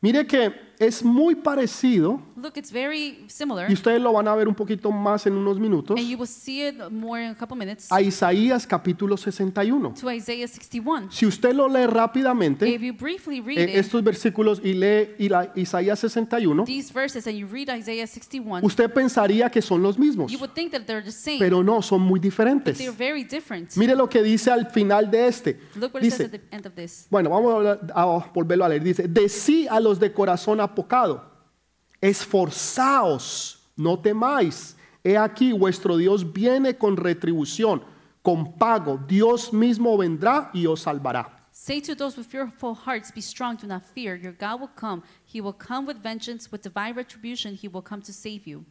Speaker 1: Mire que es muy parecido,
Speaker 2: Look, it's very similar,
Speaker 1: y ustedes lo van a ver un poquito más en unos minutos,
Speaker 2: and you will see it more in a couple minutes
Speaker 1: a Isaías capítulo 61.
Speaker 2: to Isaiah 61.
Speaker 1: Si usted lo lee rápidamente,
Speaker 2: If you briefly read
Speaker 1: eh,
Speaker 2: it,
Speaker 1: estos versículos y lee y la- Isaías 61,
Speaker 2: these verses, and you read Isaiah 61,
Speaker 1: usted pensaría que son los mismos,
Speaker 2: you would think that they're the same,
Speaker 1: pero no, son muy
Speaker 2: but they're
Speaker 1: diferentes.
Speaker 2: very different.
Speaker 1: Mire lo que dice al final de este.
Speaker 2: Look what it says at
Speaker 1: Dice,
Speaker 2: the end of this.
Speaker 1: bueno, vamos a, hablar- a volverlo a leer. Dice, decí a los de corazón apocado, esforzaos, no temáis. He aquí vuestro Dios viene con retribución, con pago. Dios mismo vendrá y os salvará.
Speaker 2: Say to those with fearful hearts, Be strong, do not fear. Your God will come. He will come with vengeance, with divine retribution. He will come to save you.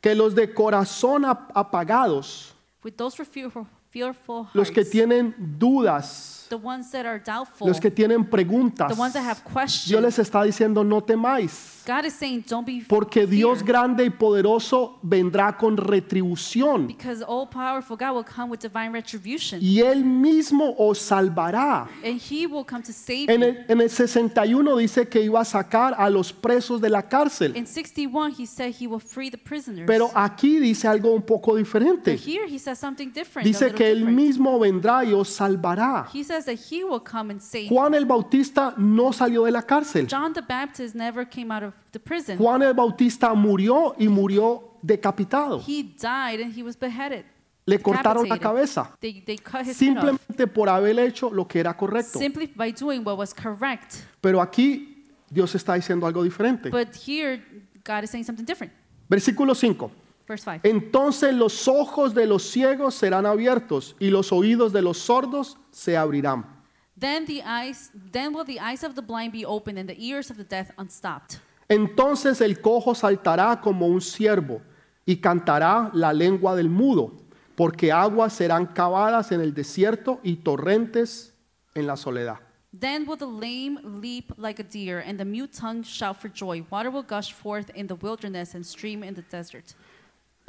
Speaker 1: Que los de corazón ap- apagados,
Speaker 2: With those with fearful, fearful
Speaker 1: los
Speaker 2: hearts,
Speaker 1: que tienen dudas,
Speaker 2: the ones that are doubtful,
Speaker 1: los que tienen preguntas,
Speaker 2: the ones that have
Speaker 1: Dios
Speaker 2: questions,
Speaker 1: les está diciendo no temáis,
Speaker 2: God is saying, Don't be
Speaker 1: porque Dios
Speaker 2: fear,
Speaker 1: grande y poderoso vendrá con retribución
Speaker 2: because all powerful God will come with divine retribution,
Speaker 1: y Él mismo os salvará.
Speaker 2: and He will come to save
Speaker 1: En
Speaker 2: you.
Speaker 1: el, en el 61 dice que iba a sacar a los presos de la cárcel,
Speaker 2: In 61, He said He will free the prisoners.
Speaker 1: pero aquí dice algo un poco
Speaker 2: but
Speaker 1: diferente.
Speaker 2: here He says something different. a
Speaker 1: Dice
Speaker 2: little
Speaker 1: que Él
Speaker 2: different.
Speaker 1: mismo vendrá y os salvará.
Speaker 2: He says that He will come and save
Speaker 1: Juan el Bautista no salió de la cárcel.
Speaker 2: John the Baptist never came out of the prison.
Speaker 1: Juan el Bautista murió y murió decapitado.
Speaker 2: He died and he was beheaded.
Speaker 1: Le cortaron la
Speaker 2: decapitated.
Speaker 1: cabeza
Speaker 2: They, they cut his head off
Speaker 1: simplemente por haber hecho lo que era correcto.
Speaker 2: simply by doing what was correct.
Speaker 1: Pero aquí Dios está diciendo algo diferente.
Speaker 2: But here, God is saying something different.
Speaker 1: Versículo 5.
Speaker 2: Verse 5.
Speaker 1: Eh. Entonces los ojos de los ciegos serán abiertos y los oídos de los sordos se abrirán.
Speaker 2: Then the eyes, then will the eyes of the blind be opened and the ears of the deaf unstopped.
Speaker 1: Entonces el cojo saltará como un ciervo y cantará la lengua del mudo, porque aguas serán cavadas en el desierto y torrentes en la soledad.
Speaker 2: Then will the lame leap like a deer, and the mute tongue shout for joy. Water will gush forth in the wilderness and stream in the desert.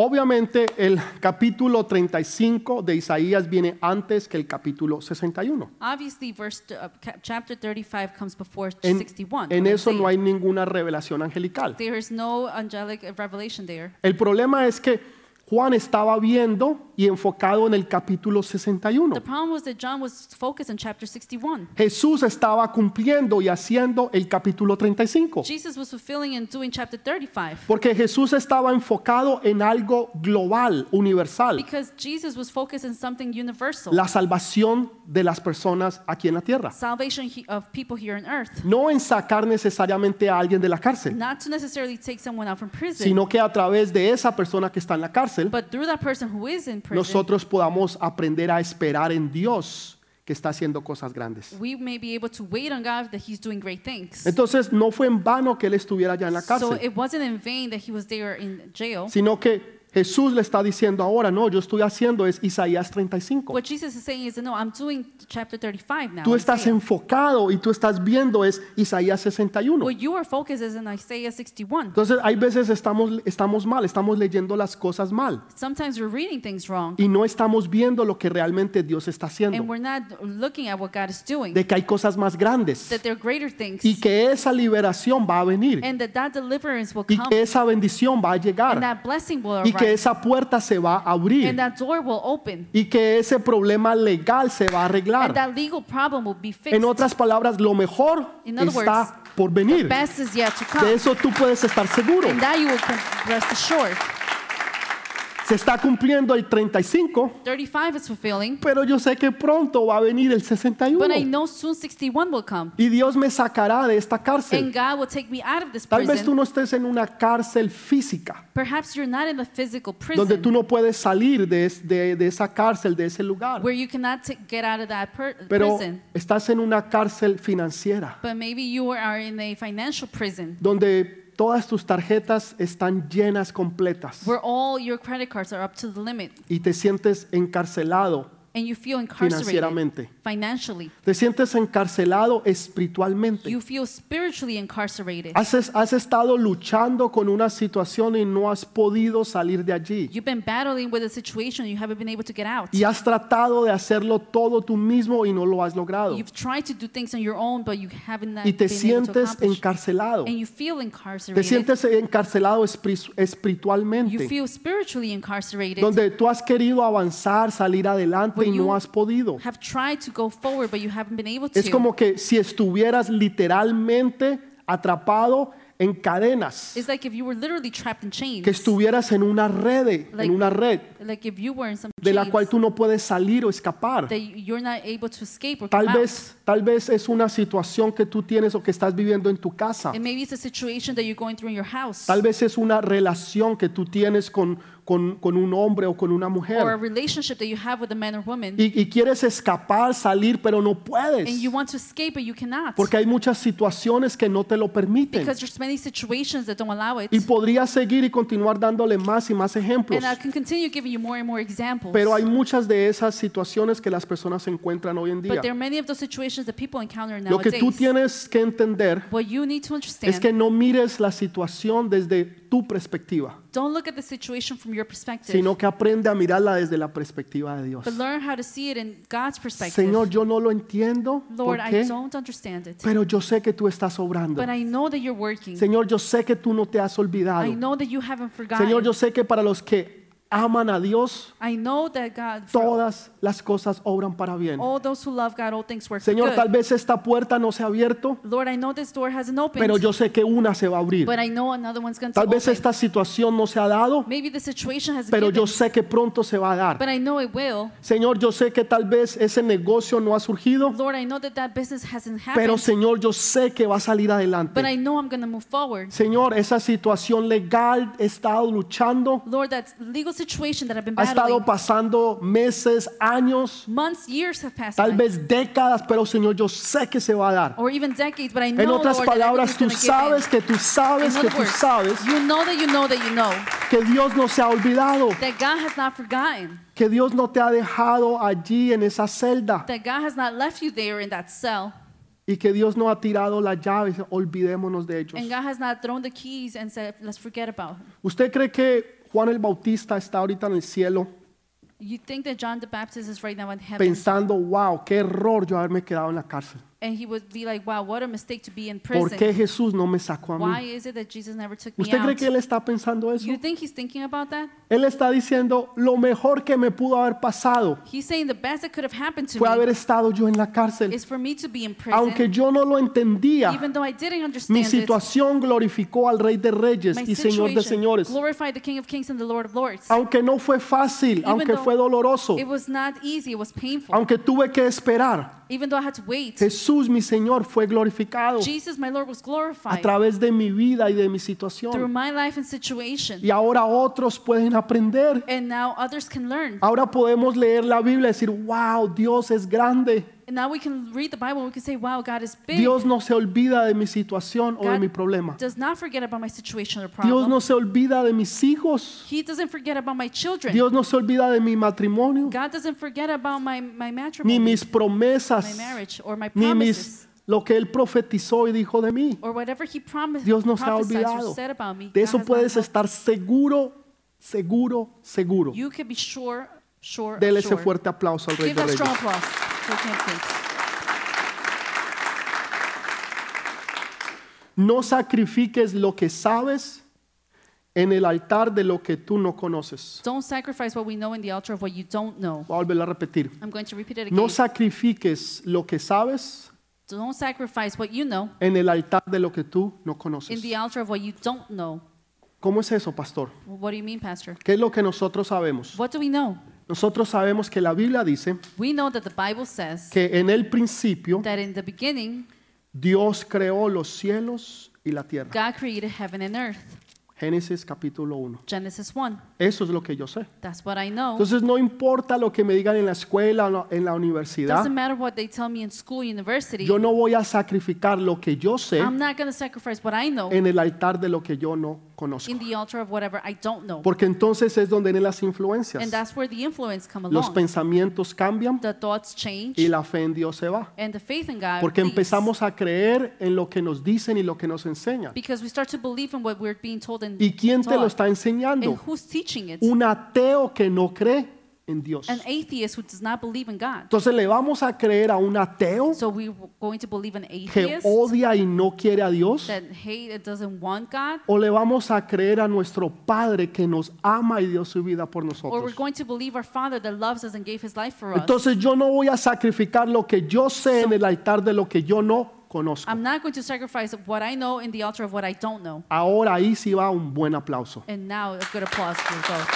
Speaker 1: Obviamente el capítulo 35 de Isaías viene antes que el capítulo 61.
Speaker 2: Obviously, verse uh, ca- chapter 35 comes before
Speaker 1: En,
Speaker 2: 61.
Speaker 1: en
Speaker 2: of
Speaker 1: eso no
Speaker 2: Isaiah.
Speaker 1: hay ninguna revelación angelical.
Speaker 2: There is no angelic revelation there.
Speaker 1: El problema es que Juan estaba viendo y enfocado en el capítulo
Speaker 2: The
Speaker 1: 61.
Speaker 2: problem was that John was focused on chapter 61.
Speaker 1: Jesús estaba cumpliendo y haciendo el capítulo 35.
Speaker 2: Jesus was fulfilling and doing chapter 35
Speaker 1: Porque Jesús estaba enfocado en algo global, universal,
Speaker 2: because Jesus was focused on something universal
Speaker 1: la salvación de las personas aquí en la tierra.
Speaker 2: salvation he- of people here on earth.
Speaker 1: No en sacar necesariamente a alguien de la cárcel.
Speaker 2: Not to necessarily take someone out from prison,
Speaker 1: sino que a través de esa persona que está en la cárcel,
Speaker 2: but through that person who is in prison,
Speaker 1: nosotros podamos aprender a esperar en Dios que está haciendo cosas grandes.
Speaker 2: we may be able to wait on God that He's doing great things.
Speaker 1: Entonces no fue en vano que él estuviera allá en la
Speaker 2: So
Speaker 1: cárcel,
Speaker 2: it wasn't in vain that He was there in jail,
Speaker 1: sino que Jesús le está diciendo ahora, no, yo estoy haciendo es Isaías 35.
Speaker 2: What Jesus is saying is, no, I'm doing chapter 35 now.
Speaker 1: Tú
Speaker 2: Isaiah.
Speaker 1: estás enfocado y tú estás viendo es Isaías 61.
Speaker 2: What you are focused is in Isaiah 61.
Speaker 1: Entonces hay veces estamos, estamos mal, estamos leyendo las cosas mal
Speaker 2: Sometimes we're reading things wrong,
Speaker 1: y no estamos viendo lo que realmente Dios está
Speaker 2: and
Speaker 1: haciendo,
Speaker 2: we're not looking at what God is doing,
Speaker 1: de que hay cosas más grandes
Speaker 2: that there are greater things,
Speaker 1: y que esa liberación va a venir
Speaker 2: and that that deliverance will
Speaker 1: y
Speaker 2: come,
Speaker 1: que esa bendición va a
Speaker 2: and
Speaker 1: llegar
Speaker 2: that blessing will
Speaker 1: y que
Speaker 2: arrive,
Speaker 1: esa puerta se va a abrir
Speaker 2: and that door will open,
Speaker 1: y que ese problema legal se va a
Speaker 2: and
Speaker 1: arreglar.
Speaker 2: that legal problem will be fixed.
Speaker 1: En otras palabras, lo mejor
Speaker 2: In other
Speaker 1: está por venir.
Speaker 2: Best is yet to
Speaker 1: De
Speaker 2: come,
Speaker 1: eso tú puedes estar seguro.
Speaker 2: and that you will con- rest assured.
Speaker 1: Se está cumpliendo el 35,
Speaker 2: 35 is fulfilling,
Speaker 1: pero yo sé que pronto va a venir el
Speaker 2: but I
Speaker 1: 61.
Speaker 2: know soon 61 will come,
Speaker 1: Y Dios me sacará de esta
Speaker 2: and
Speaker 1: cárcel.
Speaker 2: God will take me out of this
Speaker 1: Tal vez tú
Speaker 2: prison.
Speaker 1: no estés en una cárcel física,
Speaker 2: Perhaps you're not in a physical
Speaker 1: donde tú
Speaker 2: prison
Speaker 1: no puedes salir de, es- de- de esa cárcel, de ese lugar.
Speaker 2: where you cannot ta- get out of that per-
Speaker 1: Pero
Speaker 2: prison.
Speaker 1: estás en una cárcel financiera,
Speaker 2: But maybe you are in a financial prison
Speaker 1: donde todas tus tarjetas están llenas completas
Speaker 2: where all your credit cards are up to the limit
Speaker 1: y te sientes encarcelado
Speaker 2: and you feel incarcerated
Speaker 1: financieramente.
Speaker 2: financially.
Speaker 1: Te sientes encarcelado espiritualmente.
Speaker 2: You feel spiritually incarcerated.
Speaker 1: Has, es- has estado luchando con una situación y no has podido salir de allí.
Speaker 2: You've been battling with a situation you haven't been able to get out.
Speaker 1: Y has tratado de hacerlo todo tú mismo y no lo has logrado.
Speaker 2: You've tried to do things on your own, but you haven't
Speaker 1: Y te
Speaker 2: been able to
Speaker 1: sientes
Speaker 2: accomplish.
Speaker 1: encarcelado.
Speaker 2: And you feel
Speaker 1: Te
Speaker 2: incarcerated.
Speaker 1: sientes encarcelado espri-
Speaker 2: You
Speaker 1: espiritualmente.
Speaker 2: feel spiritually incarcerated.
Speaker 1: Donde tú has querido avanzar, salir adelante y
Speaker 2: Where
Speaker 1: no
Speaker 2: you
Speaker 1: has podido.
Speaker 2: Have tried to go forward, but you haven't been able to.
Speaker 1: Es como que si estuvieras literalmente atrapado en cadenas.
Speaker 2: It's like if you were literally trapped in chains.
Speaker 1: Que estuvieras en una red, en
Speaker 2: Like-
Speaker 1: una red
Speaker 2: Like if you were in some
Speaker 1: de la
Speaker 2: chains
Speaker 1: cual tú no puedes salir o escapar.
Speaker 2: that you're not able to escape or come
Speaker 1: Tal
Speaker 2: out.
Speaker 1: vez, tal vez es una situación que tú tienes o que estás viviendo en tu casa.
Speaker 2: And maybe it's a situation that you're going through in your house
Speaker 1: Tal vez es una relación que tú tienes con, con- con un hombre o con una
Speaker 2: or a
Speaker 1: mujer.
Speaker 2: relationship that you have with a man or woman
Speaker 1: Y, y quieres escapar, salir, pero no
Speaker 2: and
Speaker 1: puedes.
Speaker 2: you want to escape but you cannot
Speaker 1: Porque hay muchas situaciones que no te lo permiten.
Speaker 2: because there's many situations that don't allow it.
Speaker 1: Y podrías seguir y continuar dándole más y más ejemplos.
Speaker 2: And I can continue giving you more and more examples.
Speaker 1: Pero hay muchas de esas situaciones que las personas se encuentran hoy en día.
Speaker 2: but there are many of those situations that people encounter
Speaker 1: Lo que
Speaker 2: nowadays.
Speaker 1: tú tienes que entender
Speaker 2: what you need to understand,
Speaker 1: es que no mires la situación desde tu perspectiva.
Speaker 2: don't look at the situation from your perspective,
Speaker 1: sino que aprende a mirarla desde la perspectiva de Dios.
Speaker 2: but learn how to see it in God's perspective.
Speaker 1: Señor, yo no lo entiendo, ¿por
Speaker 2: Lord, I
Speaker 1: qué?
Speaker 2: don't understand it,
Speaker 1: Pero yo sé que tú estás obrando.
Speaker 2: but I know that you're working.
Speaker 1: Señor, yo sé que tú no te has
Speaker 2: I
Speaker 1: olvidado.
Speaker 2: know that you haven't forgotten.
Speaker 1: Señor, yo sé que para los que aman a Dios,
Speaker 2: I know that God, for
Speaker 1: todas las cosas obran para bien.
Speaker 2: all those who love God, all things work for
Speaker 1: Señor,
Speaker 2: Oh, good.
Speaker 1: tal vez esta puerta no se ha abierto,
Speaker 2: Lord, I know this door hasn't opened,
Speaker 1: pero yo sé que una se va a abrir.
Speaker 2: but I know another one's going to
Speaker 1: Tal
Speaker 2: open.
Speaker 1: vez esta situación no se ha dado,
Speaker 2: Maybe the situation has
Speaker 1: pero
Speaker 2: given,
Speaker 1: yo sé que pronto se va a dar.
Speaker 2: but I know it will.
Speaker 1: Señor, yo sé que tal vez ese negocio no ha surgido,
Speaker 2: Lord, I know that that business hasn't happened,
Speaker 1: Pero Señor, yo sé que va a salir adelante.
Speaker 2: but I know I'm going to move forward.
Speaker 1: Señor, esa situación legal he estado luchando,
Speaker 2: Lord, that legal situation that I've been
Speaker 1: ha estado
Speaker 2: battling,
Speaker 1: pasando meses, años,
Speaker 2: months, years have passed
Speaker 1: tal
Speaker 2: by,
Speaker 1: vez décadas, pero Señor, yo sé que se va a dar.
Speaker 2: or even decades, but I know,
Speaker 1: En otras
Speaker 2: Oh, Lord,
Speaker 1: palabras,
Speaker 2: that
Speaker 1: tú
Speaker 2: everything's gonna
Speaker 1: sabes
Speaker 2: give
Speaker 1: que tú
Speaker 2: in.
Speaker 1: sabes
Speaker 2: In
Speaker 1: que
Speaker 2: other
Speaker 1: tú
Speaker 2: words,
Speaker 1: sabes
Speaker 2: you know that you know that you know
Speaker 1: que Dios no se ha olvidado,
Speaker 2: that God has not forgotten,
Speaker 1: que Dios no te ha dejado allí en esa celda
Speaker 2: that God has not left you there in that cell,
Speaker 1: y que Dios no ha tirado la llave. Olvidémonos de ellos.
Speaker 2: and God has not thrown the keys and said, "Let's forget about." Him.
Speaker 1: ¿Usted cree que Juan el Bautista está ahorita en el cielo
Speaker 2: You think that John the Baptist is right now in heaven,
Speaker 1: pensando, wow, qué error yo haberme quedado en la cárcel?
Speaker 2: and he would be like, "Wow, what a mistake to be in
Speaker 1: ¿Por
Speaker 2: prison."
Speaker 1: qué Jesús no me sacó a
Speaker 2: Why
Speaker 1: mí?
Speaker 2: is it that Jesus never took me
Speaker 1: ¿Usted cree
Speaker 2: out?
Speaker 1: que Él está pensando eso?
Speaker 2: You think he's thinking about that?
Speaker 1: Él está diciendo, lo mejor que me pudo haber pasado
Speaker 2: He's saying the best that could have happened to
Speaker 1: fue
Speaker 2: me
Speaker 1: haber estado yo en la cárcel.
Speaker 2: is for me to be in prison.
Speaker 1: Aunque yo no lo entendía,
Speaker 2: even though I didn't
Speaker 1: mi
Speaker 2: understand it,
Speaker 1: situación glorificó al Rey de Reyes
Speaker 2: my
Speaker 1: y Señor de
Speaker 2: situation
Speaker 1: Señores.
Speaker 2: glorified the King of Kings and the Lord of Lords.
Speaker 1: Aunque no fue fácil, aunque
Speaker 2: though
Speaker 1: fue doloroso,
Speaker 2: It was not easy, it was painful.
Speaker 1: aunque tuve que esperar,
Speaker 2: even though I had to wait,
Speaker 1: Jesús mi Señor fue glorificado
Speaker 2: Jesus, my Lord, was
Speaker 1: a
Speaker 2: glorified
Speaker 1: través de mi vida y de mi
Speaker 2: through
Speaker 1: situación.
Speaker 2: my life and situation.
Speaker 1: Y ahora otros pueden aprender.
Speaker 2: And now others can learn.
Speaker 1: Ahora podemos leer la Biblia y decir, wow, Dios es grande.
Speaker 2: And now we can read the Bible. We can say, wow, God is big.
Speaker 1: Dios no se olvida de mi situación o de
Speaker 2: God
Speaker 1: mi problema.
Speaker 2: does not forget about my situation or problem.
Speaker 1: Dios no se olvida de mis hijos.
Speaker 2: He doesn't forget about my children.
Speaker 1: Dios no se olvida de mi matrimonio,
Speaker 2: God doesn't forget about my, my
Speaker 1: ni
Speaker 2: matrimony,
Speaker 1: mis
Speaker 2: my
Speaker 1: promesas,
Speaker 2: marriage, or my
Speaker 1: ni mis
Speaker 2: promises,
Speaker 1: lo que él profetizó y dijo de mí.
Speaker 2: or whatever He promised,
Speaker 1: Dios no se ha
Speaker 2: prophesied or
Speaker 1: olvidado.
Speaker 2: said about me.
Speaker 1: De
Speaker 2: God
Speaker 1: eso
Speaker 2: has not
Speaker 1: puedes
Speaker 2: forgotten.
Speaker 1: estar seguro, seguro, seguro.
Speaker 2: You can be sure, sure, of
Speaker 1: Dele ese
Speaker 2: sure.
Speaker 1: fuerte aplauso al Rey
Speaker 2: Give
Speaker 1: de
Speaker 2: that
Speaker 1: Reyes.
Speaker 2: strong applause for King of Kings.
Speaker 1: No sacrifiques lo que sabes en el altar de lo que tú no conoces.
Speaker 2: Don't sacrifice what we know in the altar of what you don't know.
Speaker 1: Voy a volverlo a repetir.
Speaker 2: I'm going to repeat it again.
Speaker 1: No sacrifiques lo que sabes
Speaker 2: don't sacrifice what you know
Speaker 1: en el altar de lo que tú no
Speaker 2: in
Speaker 1: conoces.
Speaker 2: the altar of what you don't know.
Speaker 1: ¿Cómo es eso, pastor?
Speaker 2: Well, what do you mean, Pastor?
Speaker 1: ¿Qué es lo que nosotros sabemos?
Speaker 2: What do we know?
Speaker 1: Nosotros sabemos que la Biblia dice
Speaker 2: We know that the Bible says
Speaker 1: que en el principio
Speaker 2: that in the beginning,
Speaker 1: Dios creó los cielos y la tierra.
Speaker 2: God created heaven and earth.
Speaker 1: Génesis capítulo 1.
Speaker 2: Genesis 1.
Speaker 1: Eso es lo que yo sé.
Speaker 2: That's what I know.
Speaker 1: Entonces no importa lo que me digan en la escuela, o en la universidad,
Speaker 2: Doesn't matter what they tell me in school, university.
Speaker 1: yo no voy a sacrificar lo que yo sé
Speaker 2: I'm not going to sacrifice what I know
Speaker 1: en el altar de lo que yo no conozco.
Speaker 2: in the altar of whatever I don't know.
Speaker 1: Porque entonces es donde vienen las
Speaker 2: And
Speaker 1: influencias.
Speaker 2: that's where the influence come
Speaker 1: Los
Speaker 2: along.
Speaker 1: pensamientos cambian
Speaker 2: The thoughts change
Speaker 1: y la fe en Dios se va.
Speaker 2: and the faith in God
Speaker 1: Porque
Speaker 2: leaves.
Speaker 1: empezamos a creer en lo que nos dicen y lo que nos enseñan.
Speaker 2: because we start to believe in what we're being told and
Speaker 1: ¿Y quién te lo
Speaker 2: taught.
Speaker 1: está
Speaker 2: and
Speaker 1: enseñando?
Speaker 2: who's teaching it?
Speaker 1: Un ateo que no cree en Dios.
Speaker 2: An atheist who does not believe in God.
Speaker 1: Entonces le vamos a creer a un ateo
Speaker 2: So we're going to believe an
Speaker 1: que
Speaker 2: atheist
Speaker 1: odia y no quiere a Dios.
Speaker 2: that hate and doesn't want God
Speaker 1: O le vamos a creer a nuestro Padre que nos ama y dio su vida por
Speaker 2: or we're
Speaker 1: nosotros.
Speaker 2: going to believe our Father that loves us and gave his life for us.
Speaker 1: Entonces yo no voy a sacrificar lo que yo sé en el altar de lo que yo no conozco.
Speaker 2: I'm not going to sacrifice what I know in the altar of what I don't know.
Speaker 1: Ahora ahí sí va un buen aplauso.
Speaker 2: And now a good applause for both.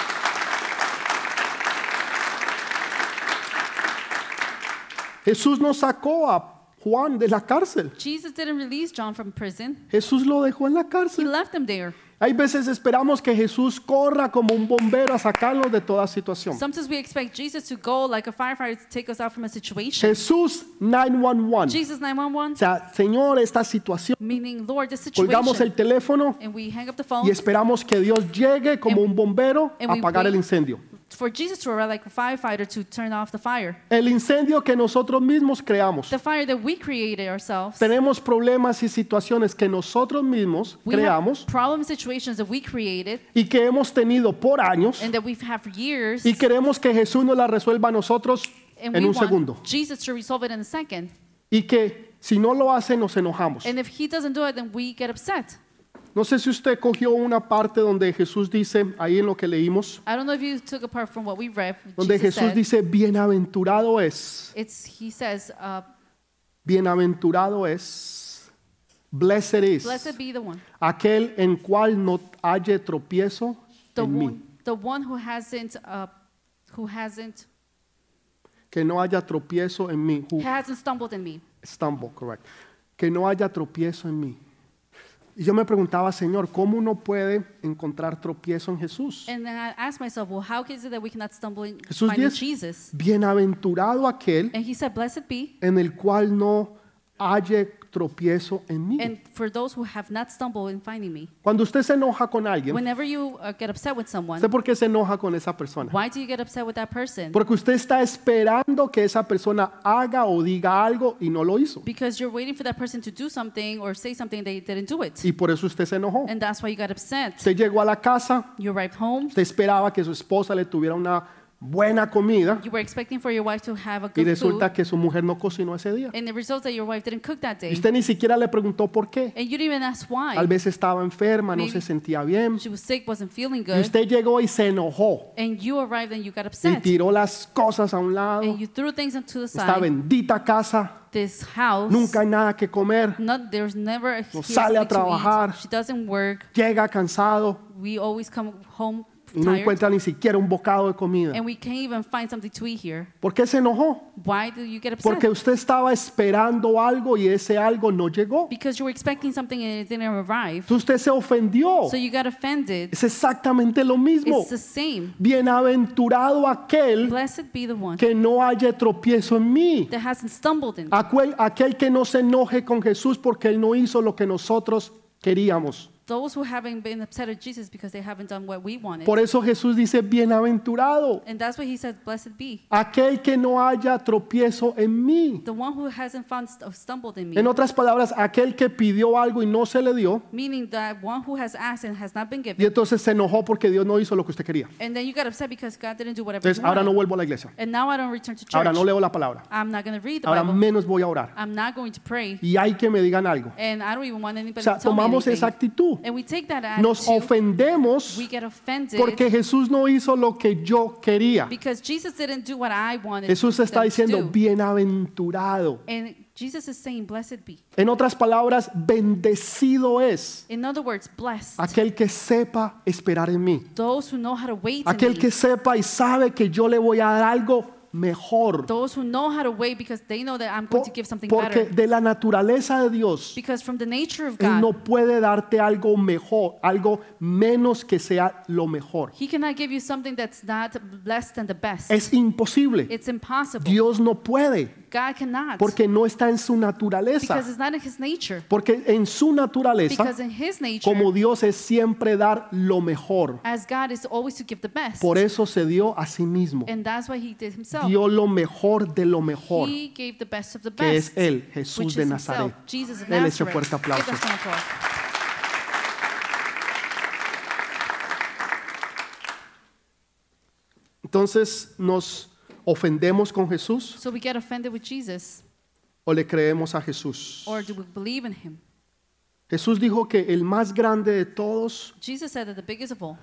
Speaker 1: Jesús nos sacó a Juan de la cárcel.
Speaker 2: Jesus didn't release John from prison.
Speaker 1: Jesús lo dejó en la
Speaker 2: He
Speaker 1: cárcel.
Speaker 2: left him there.
Speaker 1: Hay veces esperamos que Jesús corra como un bombero a sacarnos de toda situación.
Speaker 2: Sometimes we expect Jesus to go like a firefighter to take us out from a situation.
Speaker 1: Jesús 911.
Speaker 2: Jesus
Speaker 1: O
Speaker 2: 911,
Speaker 1: sea, Señor, esta situación.
Speaker 2: meaning Lord, this
Speaker 1: Colgamos el
Speaker 2: situation.
Speaker 1: teléfono
Speaker 2: And we hang up the phone
Speaker 1: y esperamos que Dios llegue como un bombero a apagar el incendio.
Speaker 2: for Jesus to arrive like a firefighter to turn off the fire.
Speaker 1: El incendio que nosotros mismos creamos.
Speaker 2: The fire that we created ourselves.
Speaker 1: Tenemos problemas y situaciones que nosotros mismos
Speaker 2: We have
Speaker 1: creamos
Speaker 2: problem situations that we created
Speaker 1: y que hemos tenido por años
Speaker 2: and that we've had for years.
Speaker 1: y queremos que Jesús nos la resuelva a nosotros
Speaker 2: And we
Speaker 1: en un
Speaker 2: want
Speaker 1: segundo.
Speaker 2: Jesus to resolve it in a second.
Speaker 1: Y que si no lo hace nos enojamos.
Speaker 2: And if he doesn't do it, then we get upset.
Speaker 1: No sé si usted cogió una parte donde Jesús dice, ahí en lo que leímos,
Speaker 2: I don't know if you took apart from what we read. what
Speaker 1: donde
Speaker 2: Jesus
Speaker 1: Jesús
Speaker 2: said.
Speaker 1: dice, bienaventurado es,
Speaker 2: It's he says, uh,
Speaker 1: bienaventurado es, blessed is,
Speaker 2: "Blessed be the one,
Speaker 1: aquel en cual no halle tropiezo
Speaker 2: the
Speaker 1: en mí,
Speaker 2: one, the one who hasn't, uh, who hasn't,
Speaker 1: que no haya tropiezo en mí, who
Speaker 2: hasn't stumbled in me."
Speaker 1: stumble, correct, que no haya tropiezo en mí. Y yo me preguntaba, Señor, ¿cómo uno puede encontrar tropiezo en Jesús?
Speaker 2: And then I asked myself, "Well, how is it that we cannot stumble in
Speaker 1: Jesús
Speaker 2: finding
Speaker 1: 10.
Speaker 2: Jesus?"
Speaker 1: Bienaventurado aquel
Speaker 2: And he said, "Blessed be."
Speaker 1: en el cual no halle tropiezo en mí.
Speaker 2: And for those who have not stumbled in finding me,
Speaker 1: Cuando usted se enoja con alguien,
Speaker 2: whenever you uh, get upset with someone,
Speaker 1: ¿usted por qué se enoja con esa persona?
Speaker 2: why do you get upset with that person?
Speaker 1: Porque usted está esperando que esa persona haga o diga algo y no lo hizo.
Speaker 2: Because you're waiting for that person to do something or say something they didn't do it.
Speaker 1: Y por eso usted se enojó.
Speaker 2: And that's why you got upset.
Speaker 1: Usted llegó a la casa,
Speaker 2: You arrived home.
Speaker 1: usted esperaba que su esposa le tuviera una buena comida
Speaker 2: You were expecting for your wife to have
Speaker 1: y
Speaker 2: a good food.
Speaker 1: resulta que su mujer no cocinó ese día.
Speaker 2: And the result that your wife didn't cook that
Speaker 1: Y
Speaker 2: day.
Speaker 1: usted ni siquiera le preguntó por qué.
Speaker 2: And you didn't even ask
Speaker 1: Tal
Speaker 2: why.
Speaker 1: vez estaba enferma, no se
Speaker 2: Maybe.
Speaker 1: sentía bien.
Speaker 2: She was sick, wasn't feeling
Speaker 1: Y
Speaker 2: good.
Speaker 1: usted llegó y se enojó
Speaker 2: And you arrived and you got
Speaker 1: y
Speaker 2: upset.
Speaker 1: tiró las cosas a un lado.
Speaker 2: And you threw things onto the
Speaker 1: Esta
Speaker 2: side.
Speaker 1: bendita casa
Speaker 2: this house.
Speaker 1: Nunca hay nada que comer,
Speaker 2: Not, there's never a
Speaker 1: No sale a trabajar.
Speaker 2: She doesn't work.
Speaker 1: llega cansado
Speaker 2: We always come home
Speaker 1: y no
Speaker 2: tired,
Speaker 1: encuentra ni siquiera un bocado de comida.
Speaker 2: and we can't even find something to eat here.
Speaker 1: ¿Por qué se enojó?
Speaker 2: Why do you get upset?
Speaker 1: Porque usted estaba esperando algo y ese algo no llegó.
Speaker 2: because you were expecting something and it didn't arrive.
Speaker 1: Entonces usted se ofendió.
Speaker 2: So you got offended.
Speaker 1: Es exactamente lo mismo.
Speaker 2: It's the same.
Speaker 1: Bienaventurado aquel
Speaker 2: Blessed be the one
Speaker 1: que no haya tropiezo en mí.
Speaker 2: that hasn't stumbled in.
Speaker 1: Aquel, aquel que no se enoje con Jesús porque él no hizo lo que nosotros queríamos.
Speaker 2: Those who haven't been upset at Jesus because they haven't done what we wanted.
Speaker 1: Por eso Jesús dice, bienaventurado
Speaker 2: and that's why he says, Blessed be.
Speaker 1: aquel que no haya tropiezo en mí.
Speaker 2: The one who hasn't found st- uh, stumbled in me.
Speaker 1: En otras palabras, aquel que pidió algo y no se le dio
Speaker 2: meaning that one who has asked and has not been
Speaker 1: y
Speaker 2: given.
Speaker 1: entonces se enojó porque Dios no hizo lo que usted quería.
Speaker 2: And then you got upset because God didn't do whatever you
Speaker 1: Entonces, ahora
Speaker 2: wanted.
Speaker 1: no vuelvo a la iglesia.
Speaker 2: and now I don't return to church.
Speaker 1: Ahora no leo la palabra.
Speaker 2: I'm not going to read the
Speaker 1: Ahora
Speaker 2: Bible.
Speaker 1: menos voy a orar.
Speaker 2: I'm not going to pray.
Speaker 1: Y hay que me digan algo.
Speaker 2: And I don't even want
Speaker 1: O
Speaker 2: anybody
Speaker 1: sea,
Speaker 2: to tell me
Speaker 1: tomamos esa
Speaker 2: anything.
Speaker 1: actitud.
Speaker 2: And we take that
Speaker 1: Nos
Speaker 2: attitude.
Speaker 1: ofendemos
Speaker 2: we get offended
Speaker 1: porque Jesús no hizo lo que yo quería.
Speaker 2: because Jesus didn't do what I wanted.
Speaker 1: Jesús está
Speaker 2: them to
Speaker 1: diciendo,
Speaker 2: do.
Speaker 1: bienaventurado.
Speaker 2: And Jesus is saying, Blessed be.
Speaker 1: En otras palabras, bendecido es
Speaker 2: In other words, blessed.
Speaker 1: aquel que sepa esperar en mí.
Speaker 2: Those who know how to wait. in
Speaker 1: Aquel
Speaker 2: me.
Speaker 1: que sepa y sabe que yo le voy a dar algo mejor.
Speaker 2: Those who know how to wait because they know that I'm
Speaker 1: Po-
Speaker 2: going to give something
Speaker 1: Porque
Speaker 2: better.
Speaker 1: de la naturaleza de Dios,
Speaker 2: Because from the nature of
Speaker 1: Él
Speaker 2: God,
Speaker 1: no puede darte algo mejor, algo menos que sea lo mejor.
Speaker 2: He cannot give you something that's not less than the best.
Speaker 1: Es imposible.
Speaker 2: It's impossible.
Speaker 1: Dios no puede
Speaker 2: God cannot.
Speaker 1: porque no está en su naturaleza.
Speaker 2: because it's not in His nature.
Speaker 1: Porque en su naturaleza,
Speaker 2: Because in His nature,
Speaker 1: como Dios es siempre dar lo mejor.
Speaker 2: as God is always to give the best.
Speaker 1: Por eso se dio a sí mismo.
Speaker 2: and that's why He did Himself.
Speaker 1: Dio lo mejor de lo mejor.
Speaker 2: He gave the best of the
Speaker 1: que
Speaker 2: best.
Speaker 1: es Él, Jesús
Speaker 2: which
Speaker 1: de
Speaker 2: is
Speaker 1: Nazaret.
Speaker 2: himself, Jesus of
Speaker 1: Dele ese
Speaker 2: Nazareth.
Speaker 1: fuerte
Speaker 2: Give us
Speaker 1: aplauso.
Speaker 2: an applause.
Speaker 1: Entonces, ¿nos ofendemos con Jesús
Speaker 2: So we get offended with Jesus,
Speaker 1: o le creemos a Jesús?
Speaker 2: or do we believe in Him?
Speaker 1: Jesús dijo que el más grande de todos
Speaker 2: Jesus said that the biggest of all,